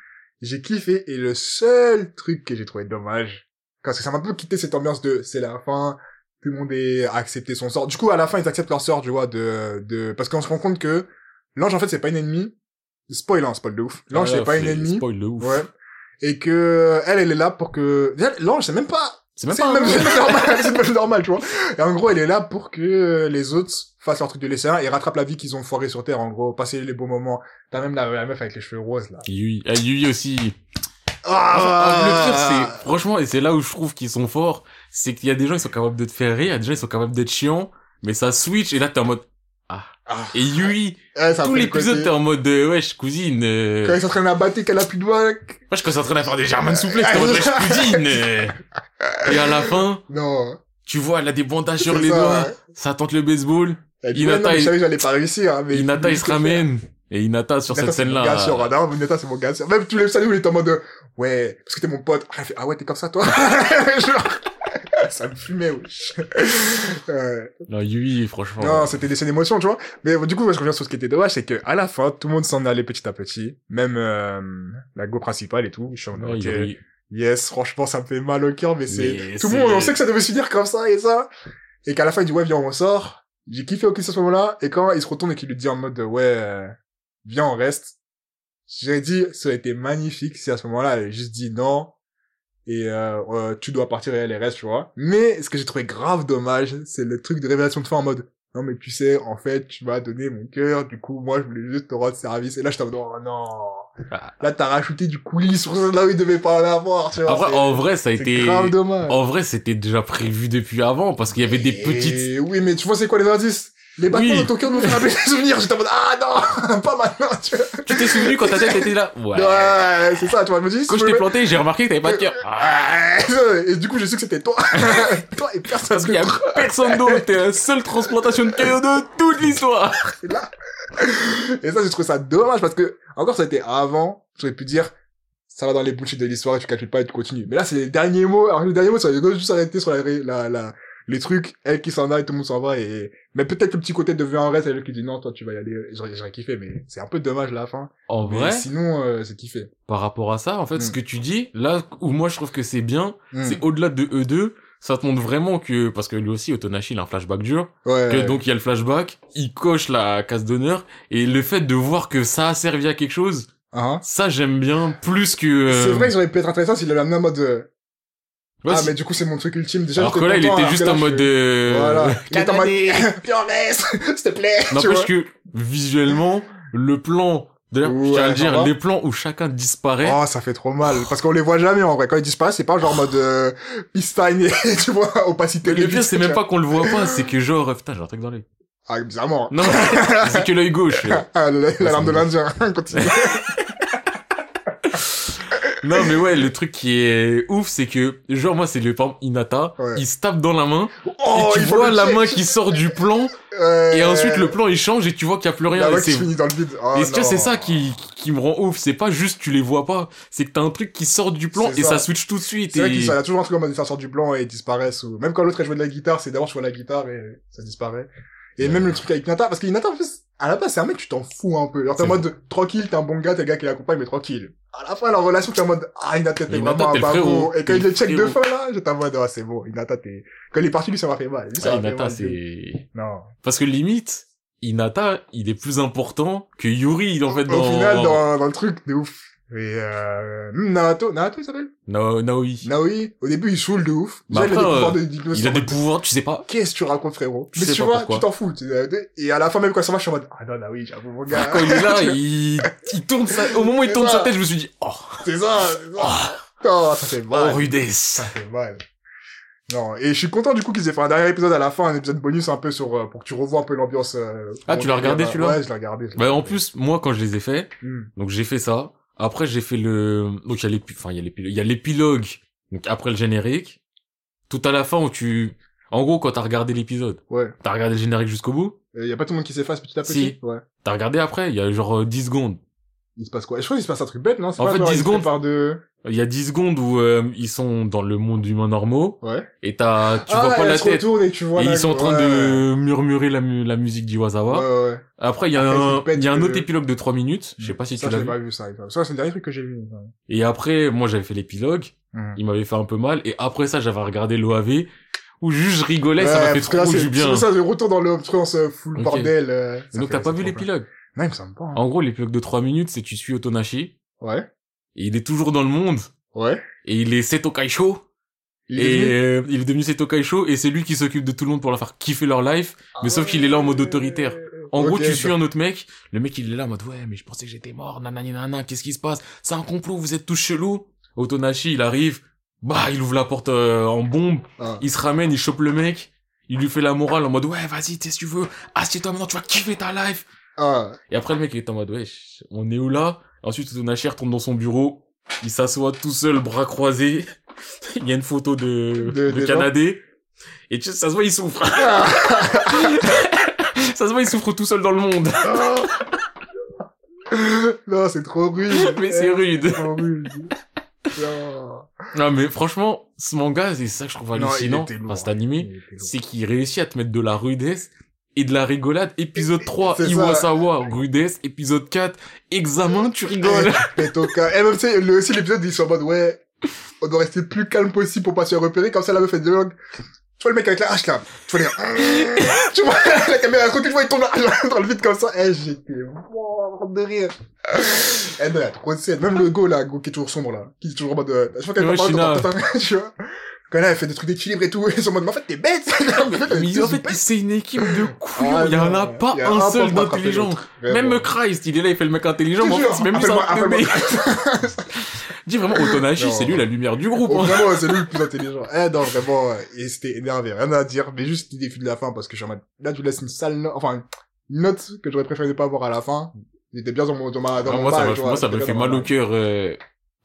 J'ai kiffé, et le seul truc que j'ai trouvé dommage, parce que ça m'a un peu quitté cette ambiance de, c'est la fin, tout le monde est, a accepté son sort. Du coup, à la fin, ils acceptent leur sort, tu vois, de, de, parce qu'on se rend compte que, l'ange, en fait, c'est pas une ennemie. Spoil, hein, spoil de ouf. L'ange, Ah, c'est pas une ennemie. Spoil de ouf. Ouais. Et que, elle, elle est là pour que, Déjà, l'ange, c'est même pas, C'est même c'est pas... même, un- c'est même normal, c'est même normal, tu vois. Et en gros, elle est là pour que euh, les autres fassent leur truc de lycéen et rattrapent la vie qu'ils ont foirée sur Terre, en gros, passer les beaux moments. T'as même la, la meuf avec les cheveux roses, là. Yui. Ah, Yui aussi. Ah, le pire, c'est, franchement, et c'est là où je trouve qu'ils sont forts, c'est qu'il y a des gens, ils sont capables de te faire rire, il y a des gens, ils sont capables d'être chiants, mais ça switch, et là, t'es en mode, ah. Ah. Et Yui, Ouais, ça a tout pris le l'épisode, côté. t'es en mode, euh, wesh, cousine, euh, Quand ils sont en train de la battre, et qu'elle a plus de doigts. wesh, quand c'est en train de faire des germanes souplex, Ah, t'es en mode, wesh, cousine, euh. et à la fin, Non. tu vois, elle a des bandages sur C'est les ça, doigts, ouais. ça tente le baseball, Elle dit, Hinata, ouais, non, mais il- je savais que j'allais pas réussir, hein, mais. Inata, il se ramène, et Inata, sur Hinata, cette c'est mon gars sûr, scène-là, hein. Non, mais Hinata, c'est mon gars sûr. Même tous les saluts, il est en mode, euh, ouais, parce que t'es mon pote. Ah, elle fait, ah ouais, t'es comme ça, toi. Genre, ça me fumait, wesh. Ouais. non, Yui, franchement. Non, c'était des scènes d'émotion, tu vois. Mais euh, du coup, moi, je reviens sur ce qui était dommage, c'est que à la fin, tout le monde s'en allait petit à petit, même euh, la go principale et tout. Je suis en mode, Ouais, ok, Yui. yes, franchement, ça me fait mal au cœur, mais c'est Mais tout le monde, c'est- on sait que ça devait se finir comme ça et ça, et qu'à la fin, il dit ouais, viens, on ressort. J'ai kiffé ok à ce moment-là, et quand il se retourne et qu'il lui dit en mode ouais, euh, viens, on reste. J'ai dit, ça a été magnifique si à ce moment-là, elle avait juste dit non. Et euh, euh, tu dois partir et elle elle reste, tu vois. Mais ce que j'ai trouvé grave dommage, c'est le truc de révélation de fin en mode non mais tu sais, en fait, tu m'as donné mon cœur, du coup moi je voulais juste te rendre service. Et là je en mode oh non. Ah. Là t'as rajouté du coulis sur là où il devait pas en avoir, tu vois. Après, c'est- en vrai, ça a c'est été... grave dommage. En vrai, c'était déjà prévu depuis avant parce qu'il y avait des Et petites. Oui, mais tu vois, c'est quoi les indices Les battements Oui. de ton cœur nous font rappeler des souvenirs. J'étais en mode, ah non, pas maintenant, tu vois. Tu t'es souvenu quand ta tête était là Ouais. Ouais, c'est ça, tu vois, je me dis, Quand je t'ai planté, j'ai remarqué que t'avais pas de cœur. Ah, Ouais, Et du coup, j'ai su que c'était toi. toi et personne parce qu'il y a d'autre. personne d'autre. T'es la seule transplantation de cœur de toute l'histoire. Et ça, j'ai trouvé ça dommage parce que, encore, ça a été avant. J'aurais pu dire, ça va dans les bullshit de l'histoire, tu calcules pas et tu continues. Mais là, c'est les derniers mots. Alors, les derniers mots, ça aurait juste arrêté sur la, ré- la, la- les trucs, elle qui s'en va et tout le monde s'en va et, mais peut-être le petit côté devient un reste, elle qui dit non, toi, tu vas y aller. J'aurais j'aurais kiffé, mais c'est un peu dommage, la fin. En Mais vrai, sinon, euh, c'est kiffé. par rapport à ça, en fait, Mm. ce que tu dis, là où moi je trouve que c'est bien, Mm. c'est au-delà de E2, ça te montre vraiment que, parce que lui aussi, Otonashi, il a un flashback dur, Ouais. que donc il y a le flashback, il coche la case d'honneur, et le fait de voir que ça a servi à quelque chose, Hein. ça j'aime bien plus que... euh, C'est vrai que ça aurait pu être intéressant s'il l'avait amené en mode. euh, ouais, ah, si- mais du coup, c'est mon truc ultime. Déjà, Alors que j'étais là, il content, était alors que juste là, en je- mode... euh, Voilà. Il était en mode. Canadé. Viens, on laisse, s'il te plaît. tu vois. N'empêche que, visuellement, le plan, d'ailleurs, je tiens à Ouais, le dire, sympa. les plans où chacun disparaît, Oh, ça fait trop mal. Parce qu'on les voit jamais, en vrai. Quand ils disparaissent, c'est pas genre en mode, euh, Pistagne, et tu vois, opacité. mais le pire, réduite, c'est tu même vois. pas qu'on le voit pas, c'est que genre, euh, putain, j'ai un truc dans l'œil. Ah, bizarrement. Non, c'est que l'œil gauche. euh. Ah, la- la larme de c'est bon. l'Indien. Continue. Non, mais ouais, le truc qui est ouf, c'est que, genre, moi, c'est le exemple Inata, Ouais. il se tape dans la main, Oh, et tu il faut vois le la check. main qui sort du plan, Euh, et ensuite, le plan, il change, et tu vois qu'il y a plus rien, La et voix qui c'est... se finit dans le vide. Oh, Et tu vois, c'est non. ça qui, qui me rend ouf, c'est pas juste tu les vois pas, c'est que t'as un truc qui sort du plan C'est et ça. ça. switch tout de suite. C'est vrai Et... qu'il y a toujours un truc comme ça sort du blanc et ils disparaissent ou même quand l'autre elle joue de la guitare, c'est d'abord je vois la guitare et ça disparaît. Et même le truc avec Nata, parce qu'Inata, en plus, à la base, c'est un mec, tu t'en fous un peu. Genre, t'es en C'est mode, tranquille, t'es un bon gars, t'es le gars qui l'accompagne, mais tranquille. À la fin, leur relation, t'es en mode, ah, Inata, t'es Hinata, vraiment t'es un le frérot. babou. Et quand T'es il le le check de frérot. fin, là, j'étais en mode, ah, c'est bon, Inata, t'es, quand il est parti, lui, ça m'a fait mal. Lui, ça Ah, m'a fait Inata, mal. c'est... Non. Parce que limite, Inata, il est plus important que Yuri, en fait, Au dans... final, dans, dans le truc, de ouf. Et euh, Naruto, Naruto, il s'appelle? No- Naoi. Naoui, au début, il saoule de ouf. Bah Déjà, il après, a des pouvoirs euh, de dinosaures. Il a des pouvoirs, tu sais pas. qu'est-ce que tu racontes frérot Je Mais sais tu pas vois, pourquoi. tu t'en fous. tu- euh, Et à la fin même quand ça va, je suis en mode ah non là oui j'avoue mon gars. Quand il est là, il, il tourne sa... Au moment où il C'est tourne sa ça. tête, je me suis dit, oh, c'est ça. c'est ça. oh, Non, ça fait oh mal. rudesse. Ça fait mal. Non, et je suis content du coup qu'ils aient fait un dernier épisode à la fin, un épisode bonus un peu sur euh, pour que tu revois un peu l'ambiance. euh, Ah, tu l'as regardé, bah, celui-là Ouais, je l'ai regardé. je l'ai Bah, en regardé. plus, moi, quand je les ai faits, Hmm. donc j'ai fait ça. Après, j'ai fait le, donc il y a l'épi- enfin, il y a l'épilogue, il y a l'épilogue, donc après le générique. Tout à la fin où tu, en gros, quand t'as regardé l'épisode, Ouais. t'as regardé le générique jusqu'au bout, Il y a pas tout le monde qui s'efface petit à petit. Si. Ouais. t'as regardé après, il y a genre euh, 10 secondes. Il se passe quoi Je crois qu'il se passe un truc bête, non C'est En pas fait, genre, 10 il se secondes. prépare de... Il y a 10 secondes où euh, ils sont dans le monde humain normaux Ouais. et t'as, tu ah, vois pas elle la se tête. retourne et tu vois. et la- ils sont en train ouais. de murmurer la, mu- la musique d'Iwasawa. Ouais, ouais, ouais. Après, il y a, Après, un, ils pètent il y a un le- autre épilogue de 3 minutes. Je sais pas si ça, tu je l'as l'ai vu. pas vu ça. Ça, c'est le dernier truc que j'ai vu. ouais. Et après, moi, j'avais fait l'épilogue. Hmm. Il m'avait fait un peu mal. Et après ça, j'avais regardé l'OAV. Où juste je rigolais, ça Ouais, m'a fait parce que là, trop c'est- du bien. C'est pour ça, je retourne dans l'obstruence euh, full Ok. bordel. euh, ça Donc fait- t'as pas ça vu fait trop l'épilogue. plein. Non, il me semble pas. hein. En gros, l'épilogue de 3 minutes, c'est tu suis Otonashi. Ouais. Et il est toujours dans le monde. Ouais. Et il est Seto Kaisho. Il est et venu. euh, il est devenu Seto Kaisho. Et c'est lui qui s'occupe de tout le monde pour leur faire kiffer leur life. mais sauf qu'il est là en mode autoritaire. En Ok, gros, tu ça- suis un autre mec. Le mec, il est là en mode, ouais, mais je pensais que j'étais mort. Nanani, nanana, qu'est-ce qui se passe? C'est un complot, vous êtes tous chelous. Otonashi, il arrive. Bah, il ouvre la porte euh, en bombe. Ah. Il se ramène, il chope le mec. Il lui fait la morale en mode, ouais, vas-y, tu sais ce que tu veux. Assieds-toi maintenant, tu vas kiffer ta life. Ah, Et après, le mec, il est en mode, ouais, on est où là? Ensuite, Otonashi retourne dans son bureau. Il s'assoit tout seul, bras croisés. il y a une photo de, De- de, des Ah. gens. Canadé. Et tu sais, ça se voit, il souffre. ça se voit, il souffre tout seul dans le monde. Ah. non, c'est trop rude. Eh, Mais c'est rude. C'est trop rude. Non. Non mais franchement, ce manga, c'est ça que je trouve Non, il hallucinant, était lourd, enfin cet animé, il était lourd. c'est qu'il réussit à te mettre de la rudesse et de la rigolade. Épisode 3, C'est ça. Iwasawa, rudesse. Épisode 4, examen, tu Eh, rigoles. Petoka. Et même, tu sais, le- aussi l'épisode, ils sont en mode, ouais, on doit rester plus calme possible pour pas se faire repérer, comme ça, la meuf, elle dialogue. Tu vois le mec avec la hache, là. Tu vois, les... tu vois, la caméra, elle continue, il tombe là, dans le vide, comme ça. Eh, j'étais mort de rire. Eh, non, il y a trop de scènes. Même le go, là, go, qui est toujours sombre, là. Qui est toujours en mode, euh, je crois qu'elle Ouais, parle, Shina. t'entends peut-être un- tu vois. Quand là, elle fait des trucs d'équilibre et tout, ils sont en mode, mais en fait, t'es bête. mais en fait, c'est une équipe de couillons. il y en a pas un seul d'intelligent. Même Christ, il est là, il fait le mec intelligent, mais en fait, c'est même lui, c'est un teubé. Dis vraiment, Otonashi, Non. c'est lui la lumière du groupe. Oh, hein. vraiment, c'est lui le plus intelligent. Eh non, vraiment, euh, et c'était énervé, rien à dire, mais juste l'idée de la fin, parce que je suis en mode, là, tu laisses une sale note, enfin, une note que j'aurais préféré ne pas avoir à la fin. J'étais bien dans mon, dans ma, dans Ah, mon moi, ça mal, m'a- tu vois, moi, ça me j'étais fait bien dans mal mon au cœur. euh,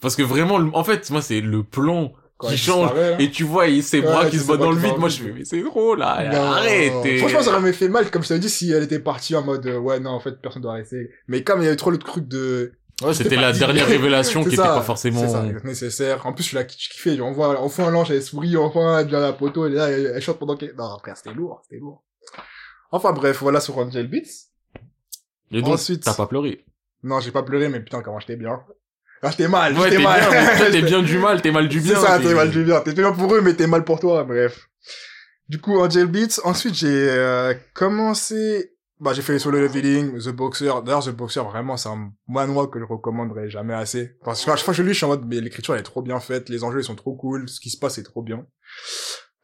Parce que vraiment, le- en fait, moi, c'est le plan Quand qui il change. disparaît, là. Et tu vois, il, ses Ouais, bras qui c'est se ses battent bras dans le qui se vide. battent Moi, dans je le fais, mais c'est drôle, là. Non. Arrête. et- Franchement, ça m'avait fait mal, comme je t'avais dit, si elle était partie en mode, euh, ouais, non, en fait, personne doit rester. Mais comme il y avait trop le truc de, Ouais, c'était c'est la parti. dernière révélation C'est qui était ça, pas forcément. c'est ça, nécessaire. En plus, je suis là, je kiffais, on voit, enfin, l'ange, elle sourit, enfin, elle vient à la poteau, elle est là, elle, elle chante pendant qu'elle, non, frère, c'était lourd, c'était lourd. Enfin, bref, voilà sur Angel Beats. Et donc, Ensuite- t'as pas pleuré. Non, j'ai pas pleuré, mais putain, comment j'étais bien. Ah, j'étais mal, Ouais, t'es j'étais bien, mal. mais toi, t'es bien du mal, t'es mal du bien. C'est ça, t'es- t'es mal du bien. T'es bien pour eux, mais t'es mal pour toi, bref. Du coup, Angel Beats, ensuite, j'ai euh, commencé... Bah, j'ai fait les solo leveling, The Boxer. D'ailleurs, The Boxer, vraiment, c'est un manoir que je recommanderais jamais assez. Parce que à chaque fois que je lis, je suis en mode, mais l'écriture, elle est trop bien faite, les enjeux, ils sont trop cool, ce qui se passe, c'est trop bien.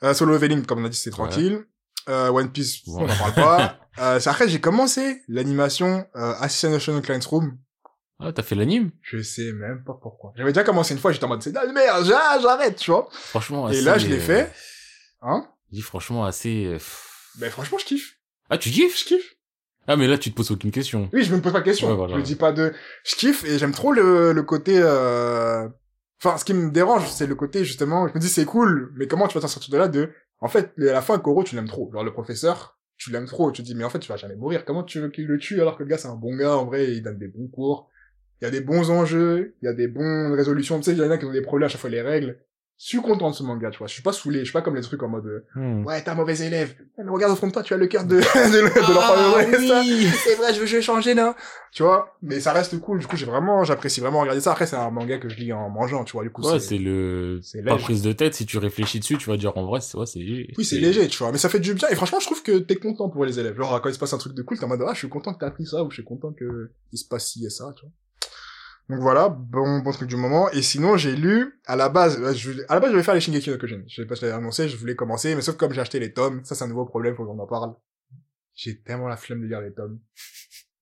Euh, solo leveling, comme on a dit, c'est tranquille. Euh, One Piece, on Ouais. en parle pas. euh, c'est après, j'ai commencé l'animation euh, Assassination in Client's Room. Ah, t'as fait l'anime? Je sais même pas pourquoi. J'avais déjà commencé une fois, j'étais en mode, c'est de la merde, j'a- j'arrête, tu vois. Franchement, Et assez, là, je l'ai euh, fait. Hein Dis franchement, assez. euh, pff. Ben franchement, je kiffe. Ah, tu kiffes? Je kiffe. Ah, mais là, tu te poses aucune question. Oui, je me pose pas de questions. Ouais, voilà. Je me dis pas de... Je kiffe et j'aime trop le, le côté... euh, Enfin, ce qui me dérange, c'est le côté, justement, je me dis, c'est cool, mais comment tu vas t'en sortir de là de... En fait, à la fin, Koro, tu l'aimes trop. Genre, le professeur, tu l'aimes trop. Tu te dis, mais en fait, tu vas jamais mourir. Comment tu veux qu'il le tue alors que le gars, c'est un bon gars, en vrai, il donne des bons cours. Il y a des bons enjeux, il y a des bonnes résolutions. Tu sais, il y en a qui ont des problèmes à chaque fois les règles. Je suis content de ce manga, tu vois. Je suis pas saoulé. Je suis pas comme les trucs en mode, euh, Hmm. ouais, t'es un mauvais élève. Ouais, Mais regarde au fond de toi, tu as le cœur de, de, de l'enfant heureux, Ah oui. ça. C'est vrai, je veux, je vais changer là. Tu vois, mais ça reste cool. Du coup, j'ai vraiment, j'apprécie vraiment regarder ça. Après, c'est un manga que je lis en mangeant, tu vois. Du coup, Ouais, c'est, c'est le. c'est Pas léger. prise de tête, si tu réfléchis dessus, tu vas dire en vrai, c'est ouais, c'est léger. Oui, c'est léger, tu vois. Mais ça fait du bien. Et franchement, je trouve que t'es content pour les élèves. Genre, quand il se passe un truc de cool, t'es en mode, ah, je suis content que t'as appris ça, ou je suis content que il se passe ci et ça, tu vois. Donc voilà, bon, bon truc du moment. Et sinon, j'ai lu, à la base, euh, je, à la base, je vais faire les Shingeki no Kyojin. Je sais pas si je l'avais annoncé, je voulais commencer, mais sauf comme j'ai acheté les tomes, ça, c'est un nouveau problème, faut qu'on en parle. J'ai tellement la flemme de lire les tomes.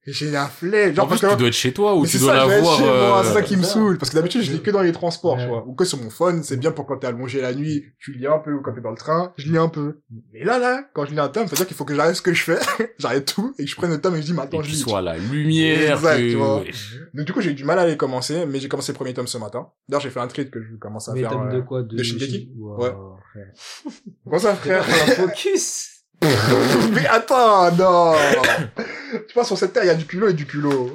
J'ai la flemme. En Genre, plus, parce tu que dois être chez toi ou mais Oh, tu c'est dois ça, je vais la être voir. chez moi, euh, c'est ça qui me Ouais. saoule. Parce que d'habitude, je lis que dans les transports, Ouais. tu vois. Ou que sur mon phone, c'est bien pour quand t'es allongé la nuit, tu lis un peu, ou quand t'es dans le train, je lis un peu. Mais là, là, quand je lis un tome, ça veut dire qu'il faut que j'arrête ce que je fais, j'arrête tout, et que je prenne le tome et je dis, Et mais attends, que je tu lis. sois à la lumière. Exact, que- tu vois. ouais. Donc, du coup, j'ai eu du mal à les commencer, mais j'ai commencé le premier tome ce matin. D'ailleurs, j'ai fait un tweet que je commence à Mais faire. t'aimes euh, de quoi De, de Shingeki Ouais. Comment ça, Frère, frère? faut un focus mais attends, non! tu vois, sur cette terre, il y a du culot et du culot.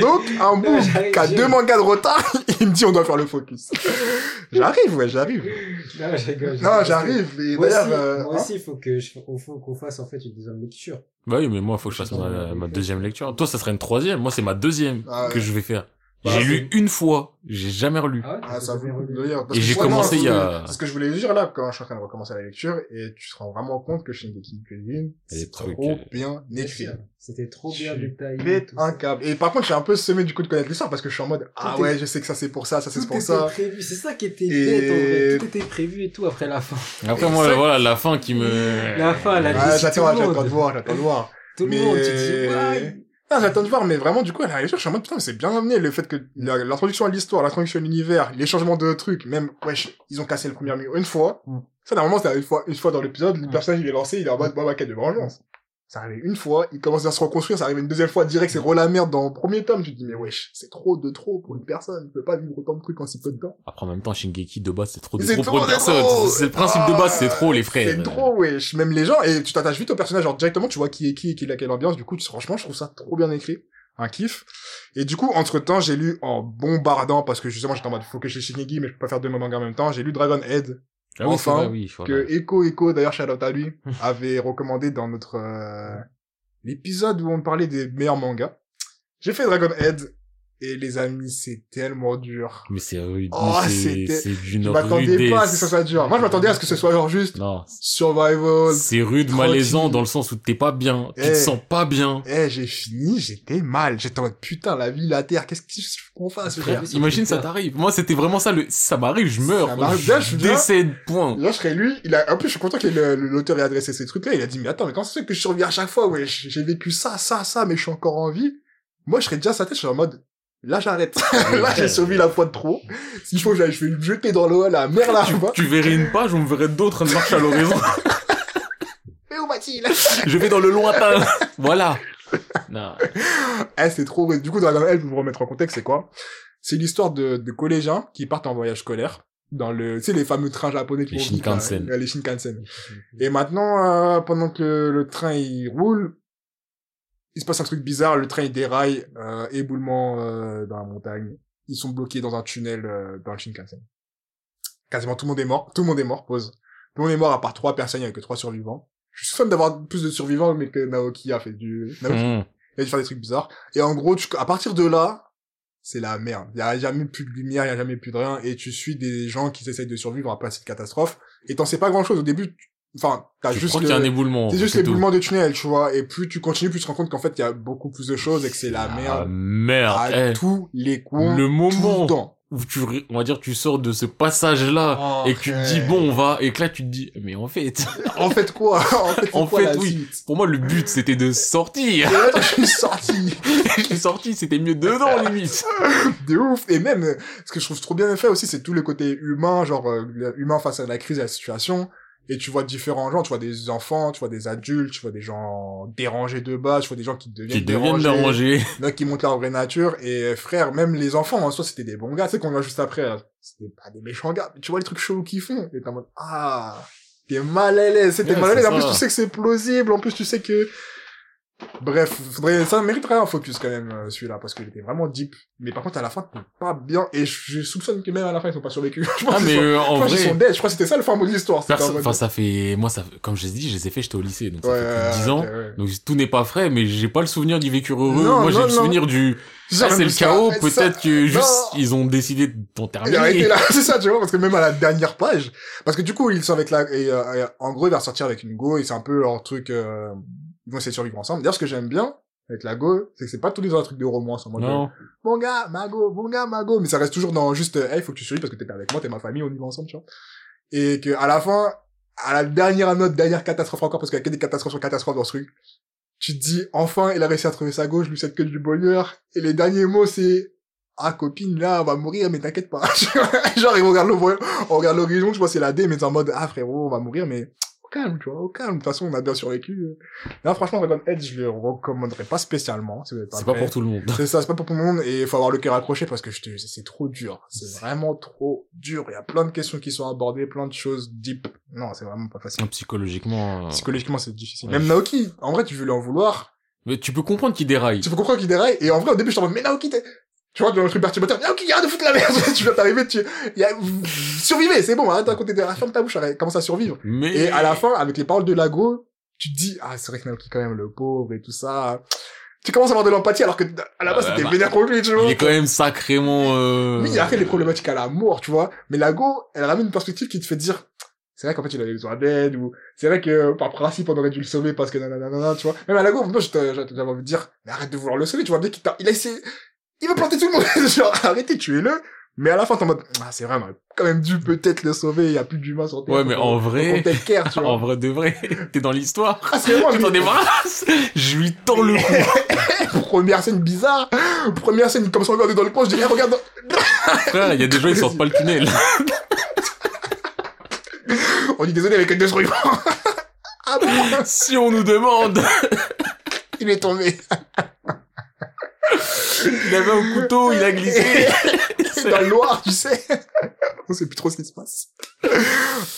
Donc, un boom J'arrive, qui a j'ai- deux mangas de retard, il me dit, on doit faire le focus. j'arrive, ouais, j'arrive. Non, je rigole, je Non, rigole. j'arrive. Et Moi aussi, d'ailleurs, euh, moi hein, aussi, il faut que je, au fond, qu'on fasse en fait une deuxième lecture. Bah oui, mais moi, faut que je fasse ma, ma deuxième lecture. Toi, ça serait une troisième. Moi, c'est ma deuxième Ah ouais. que je vais faire. Bah, j'ai c'est- lu une fois. J'ai jamais relu. Ah ouais, ah, t'as ça vaut jamais le coup relu. de lire. Parce Et que j'ai je vois, non, commencé ce il y a- que- Ce que je voulais dire là, quand je suis en train de recommencer la lecture, et tu te rends vraiment compte que Shingeki no Kyojin, Des c'est trop trucs, euh, bien écrit. C'était trop bien Tu détaillé. Pète hein. tout un ça. câble. Et par contre, j'ai un peu semé du coup de connaître l'histoire parce que je suis en mode, ah Tout est- ouais, je sais que ça c'est pour ça, ça Tout c'est était pour ça. prévu, c'est ça qui était Et- bête en vrai. Tout était prévu et tout après la fin. Après, moi, Ah. Exact. voilà, la fin qui me... La fin, la- Ah, c'est tout j'attends, le monde. j'attends de voir, j'attends de voir. Tout le Mais- monde, tu te dis, Non, Ah, j'attends de voir, mais vraiment, du coup, à la lecture, je suis en mode, putain, mais c'est bien amené, le fait que la- l'introduction à l'histoire, l'introduction à l'univers, les changements de trucs, même, wesh, ils ont cassé le premier mur une fois. Mm. Ça, normalement, c'est une fois, une fois dans l'épisode, le Mm. personnage, il est lancé, il est en mode, bah, bah, quête de vengeance. Ça arrive une fois, il commence à se reconstruire, ça arrive une deuxième fois, direct, Mm. c'est la merde dans le premier tome, tu te dis, mais wesh, c'est trop de trop pour une personne, tu peux pas vivre autant de trucs en si peu de temps. Après, en même temps, Shingeki, de base, c'est trop de C'est trop trop pour une de personne. trop. C'est le principe de base, c'est trop, les frères. C'est trop, wesh. Même les gens, et tu t'attaches vite au personnage, genre directement, tu vois qui est qui et qui a quelle ambiance. Du coup, tu- franchement, je trouve ça trop bien écrit. Un kiff. Et du coup, entre temps, j'ai lu en bombardant, parce que justement, j'étais en mode, faut que je lis Shinigami, mais je peux pas faire deux mangas en même temps. J'ai lu Dragon Head, Ah oui, c'est Enfin, vrai, oui, voilà. que Echo Echo, d'ailleurs, shout out à lui, avait recommandé dans notre, euh, l'épisode où on parlait des meilleurs mangas. J'ai fait Dragon Head, et les amis, c'est tellement dur. Ah, Mais c'est rude. Oh, mais c'était- c'est c'est d'une Je m'attendais rudesse. pas à ce que ça soit dur. Moi, je m'attendais à ce que ce soit genre juste Non. survival, C'est rude, tranquille. malaisant, dans le sens où t'es pas bien. Tu Eh. te sens pas bien. Eh, j'ai fini, j'étais mal. J'étais en mode, putain, la vie, la terre, qu'est-ce qu'il faut qu'on fasse, frère? Frère, sur Imagine, ça Twitter. t'arrive. Moi, c'était vraiment ça. Le... Si ça m'arrive, je meurs. Ça m'arrive bien, je suis bien. décède, point. Là, je serais lui, il a, en plus, je suis content que le- le- l'auteur ait adressé ces trucs-là. Il a dit, mais attends, mais comment c'est que je survis à chaque fois? Ouais, j'ai j'ai vécu ça, ça, ça, mais je suis encore en vie. Moi, je serais déjà à sa tête, je suis en mode, là, j'arrête. là, j'ai survécu la fois de trop. S'il faut, j'aille- je vais me jeter dans l'eau, à la mer là-bas. Tu verrais une page, on me verrait d'autres en train de marcher à l'horizon. Mais où va-t-il? je vais dans le lointain. voilà. Non. Eh, c'est trop vrai. Du coup, Dragon Head, pour vous remettre en contexte, c'est quoi C'est l'histoire de, de collégiens qui partent en voyage scolaire dans le, tu sais, les fameux trains japonais qui Les vont vite, Shinkansen. là, hein. les Shinkansen. Et maintenant, euh, pendant que le, le train il roule, il se passe un truc bizarre. Le train il déraille, euh, éboulement euh, dans la montagne. Ils sont bloqués dans un tunnel euh, dans le Shinkansen. Quasiment tout le monde est mort. Tout le monde est mort. Pause. Tout le monde est mort à part trois personnes. Il n'y a que trois survivants. Je suis fan d'avoir plus de survivants, mais que Naoki a fait du. Naoki Mmh. il y a dû faire des trucs bizarres. Et en gros, tu- à partir de là, c'est la merde. Il y a jamais plus de lumière, il y a jamais plus de rien, et tu suis des gens qui essayent de survivre après cette catastrophe. Et t'en sais pas grand chose au début. tu- Enfin, t'as Je juste crois le- qu'il y a un éboulement. c'est juste tout. l'éboulement de tunnel, tu vois. Et plus tu continues, plus tu te rends compte qu'en fait, il y a beaucoup plus de choses et que c'est la Ah, merde merde. à Eh, tous les coins, Le tout moment le temps. où tu, ré- on va dire, tu sors de ce passage-là et que tu te dis bon, on va, et que là tu te dis, mais en fait, En fait quoi En fait, c'est En quoi fait, la oui. suite pour moi le but c'était de sortir. Et là, je suis sorti. je suis sorti, c'était mieux dedans limite. de ouf et même euh, ce que je trouve trop bien fait aussi c'est tout le côté humain genre euh, le- humain face à la crise à la situation et tu vois différents gens tu vois des enfants tu vois des adultes tu vois des gens dérangés de base tu vois des gens qui deviennent Qui deviennent dérangés, dérangés. d'autres qui montent leur vraie nature et euh, frère même les enfants en soi c'était des bons gars tu sais qu'on voit juste après là, c'était pas des méchants gars mais tu vois les trucs chelous qu'ils font et t'es en mode ah t'es mal à l'aise c'était Ouais, mal à l'aise c'est en plus ça. tu sais que c'est plausible en plus tu sais que Bref, faudrait, ça mériterait un focus quand même, euh, celui-là, parce qu'il était vraiment deep. Mais par contre, à la fin, t'es pas bien, et je je soupçonne que même à la fin, ils sont pas survécu. je pense Ah qu'ils mais sont, euh, je en pense qu'ils sont vrai, dead. Je crois que c'était ça le fin mot de l'histoire. c'était en perso- mode- enfin ça fait, moi ça, fait- comme je l'ai dit, je les ai fait, j'étais au lycée, donc ça Ouais, fait plus de 10 ouais, ans. ouais, ouais. Donc tout n'est pas frais, mais j'ai pas le souvenir du vécu heureux. Non, Moi j'ai non, le non. souvenir du. C'est Ah, ça, c'est le ça, chaos. ça, Peut-être que juste non. ils ont décidé d'en Il a arrêté terminer. là, c'est ça, tu vois, parce que même à la dernière page, parce que du coup, ils sont avec la, et, euh, et, en gros, il va sortir avec une go, et c'est un peu leur truc, euh, ils vont essayer de survivre ensemble. D'ailleurs, ce que j'aime bien, avec la go, c'est que c'est pas tous les autres trucs de romance, en mode, euh, Non. mon gars, ma go, mon gars, ma go, mais ça reste toujours dans juste, euh, hey, faut que tu survives parce que t'es avec moi, t'es ma famille, on y va ensemble, tu vois. Et que, à la fin, à la dernière note, dernière catastrophe encore, parce qu'il y a que des catastrophes sur catastrophes dans ce truc, Tu te dis, enfin, il a réussi à trouver sa gauche, lui, cette que du bonheur. Et les derniers mots, c'est, ah, copine, là, on va mourir, mais t'inquiète pas. Genre, ils regardent le voile- on regarde l'horizon, je vois, c'est la D, mais t'es en mode, ah, frérot, on va mourir, mais au calme, tu vois, au calme. De toute façon, on a bien survécu. Euh, Là, franchement, Dragon Edge, je le recommanderais pas spécialement, si vous êtes pas C'est pas prêts. pour tout le monde. C'est ça, c'est pas pour tout le monde et il faut avoir le cœur accroché parce que je te, c'est trop dur. C'est vraiment trop dur. Il y a plein de questions qui sont abordées, plein de choses deep. Non, c'est vraiment pas facile. Psychologiquement. euh, Psychologiquement, c'est difficile. Ouais. Même Naoki, en vrai, tu veux lui en vouloir. Mais tu peux comprendre qu'il déraille. Tu peux comprendre qu'il déraille. Et en vrai, au début, je t'en mode, mais Naoki, t'es, tu vois, dans le truc perturbateur, Naoki, arrête de foutre la merde. tu vas t'arriver, tu, il y a, survivez, c'est bon, arrête de raconter des, ferme ta bouche, arrête, commence à survivre. Mais. Et à la fin, avec les paroles de Lago, tu te dis, ah, c'est vrai que Naoki, quand même, le pauvre et tout ça. Tu commences à avoir de l'empathie alors que, à la Ah base, bah, c'était bah, vénère contre lui, tu vois. Il est quand même sacrément. Euh... Oui, il y a après les problématiques à la mort, tu vois. Mais Lago, elle ramène une perspective qui te fait dire, c'est vrai qu'en fait, il avait besoin d'aide, ou c'est vrai que euh, par principe, on aurait dû le sauver parce que nanana, nanana, tu vois. Même à Lago, moi, je te- je- j'avais envie de dire, mais arrête de vouloir le sauver, tu vois bien qu'il t'a, il a essayé, il veut planter tout le monde, genre, arrêtez, tuez-le. Mais à la fin, t'es en mode, ah, c'est vrai, on aurait quand même dû peut-être le sauver, il y a plus d'humains sur Terre. Ouais, mais Faut- en faut qu'on vrai. take care, tu vois. En vrai de vrai, t'es dans l'histoire. Ah, c'est moi, Tu t'en débarrasses. Je lui tends le cou. première scène bizarre, première scène, comme ça, on regardait dans le coin, je dis, Eh, regarde, Frère, il y a des gens, ils sortent pas le tunnel. on dit désolé avec un deux secondes. ah bon? si on nous demande, Il est tombé. il avait un couteau, Oh, il a glissé. C'est dans le Loir, tu sais. On sait plus trop ce qui se passe.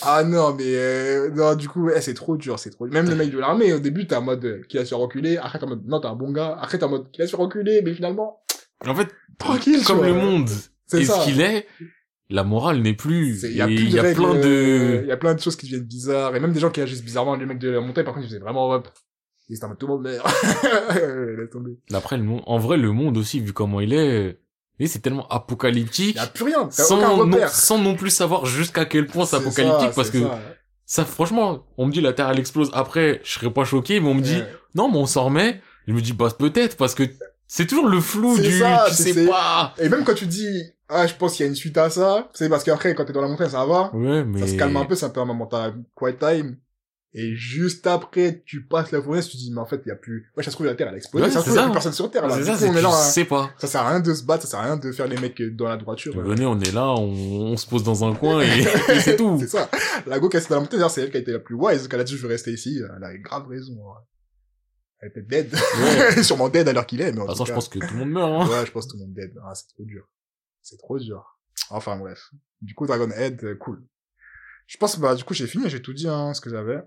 ah non, mais euh, non, du coup, eh, c'est trop dur, c'est trop. Même le mec de l'armée, au début, t'es en mode euh, qui a se reculer. Après, t'es en mode non, t'es un bon gars. Après, t'es en mode qui a se reculer, mais finalement En fait, tranquille. comme tu le vois. monde c'est est ça. ce qu'il est, la morale n'est plus. C'est- Et Il y a, plus Il y de a règles, plein euh, Il de. y a plein de choses qui deviennent bizarres. Et même des gens qui agissent bizarrement. Les mecs de la montagne, par contre, ils faisaient vraiment hop. Ils étaient en mode tout le monde meurt. Laisse tomber. Après, le monde... en vrai, le monde aussi, vu comment il est, et c'est tellement apocalyptique. Il y a plus rien. T'as aucun Sans non, repère. sans non plus savoir jusqu'à quel point c'est C'est apocalyptique, ça, parce c'est que ça. ça. franchement, on me dit la Terre elle explose après, je serais pas choqué, mais on me dit Ouais. non, mais on s'en remet. Je me dis bah peut-être parce que c'est toujours le flou C'est du ça, tu c'est- sais pas. Et même quand tu dis, ah, je pense qu'il y a une suite à ça, c'est parce qu'après, quand t'es dans la montagne, ça va. Ouais, mais Ça se calme un peu, c'est un peu un moment, t'as quiet time. Et juste après, tu passes la forêt, tu te dis, mais en fait, il y a plus, ouais, ça se trouve, la Terre, elle a explosé, Ouais, ça se c'est trouve, il y a ça. plus personne sur Terre, là. C'est Du ça, coup, c'est on que est tu là, hein. sais pas. ça sert à rien de se battre, ça sert à rien de faire les mecs dans la droiture. voilà. Venez, on est là, on, on se pose dans un coin et, et c'est tout. C'est ça. La go qui est dans la montagne, d'ailleurs, c'est elle qui a été la plus wise, qu'elle a dit, je veux rester ici, elle a grave raison, hein. Elle était dead. Sûrement dead alors qu'il est, mais en De toute façon, tout je cas- pense que tout le monde meurt. Hein. Ouais, je pense que tout le monde dead. Ah, c'est trop dur. C'est trop dur. Enfin, bref. Du coup, Dragon Head, euh, cool. Je pense, bah, du coup, j'ai fini, j'ai tout dit, hein, ce que j'avais.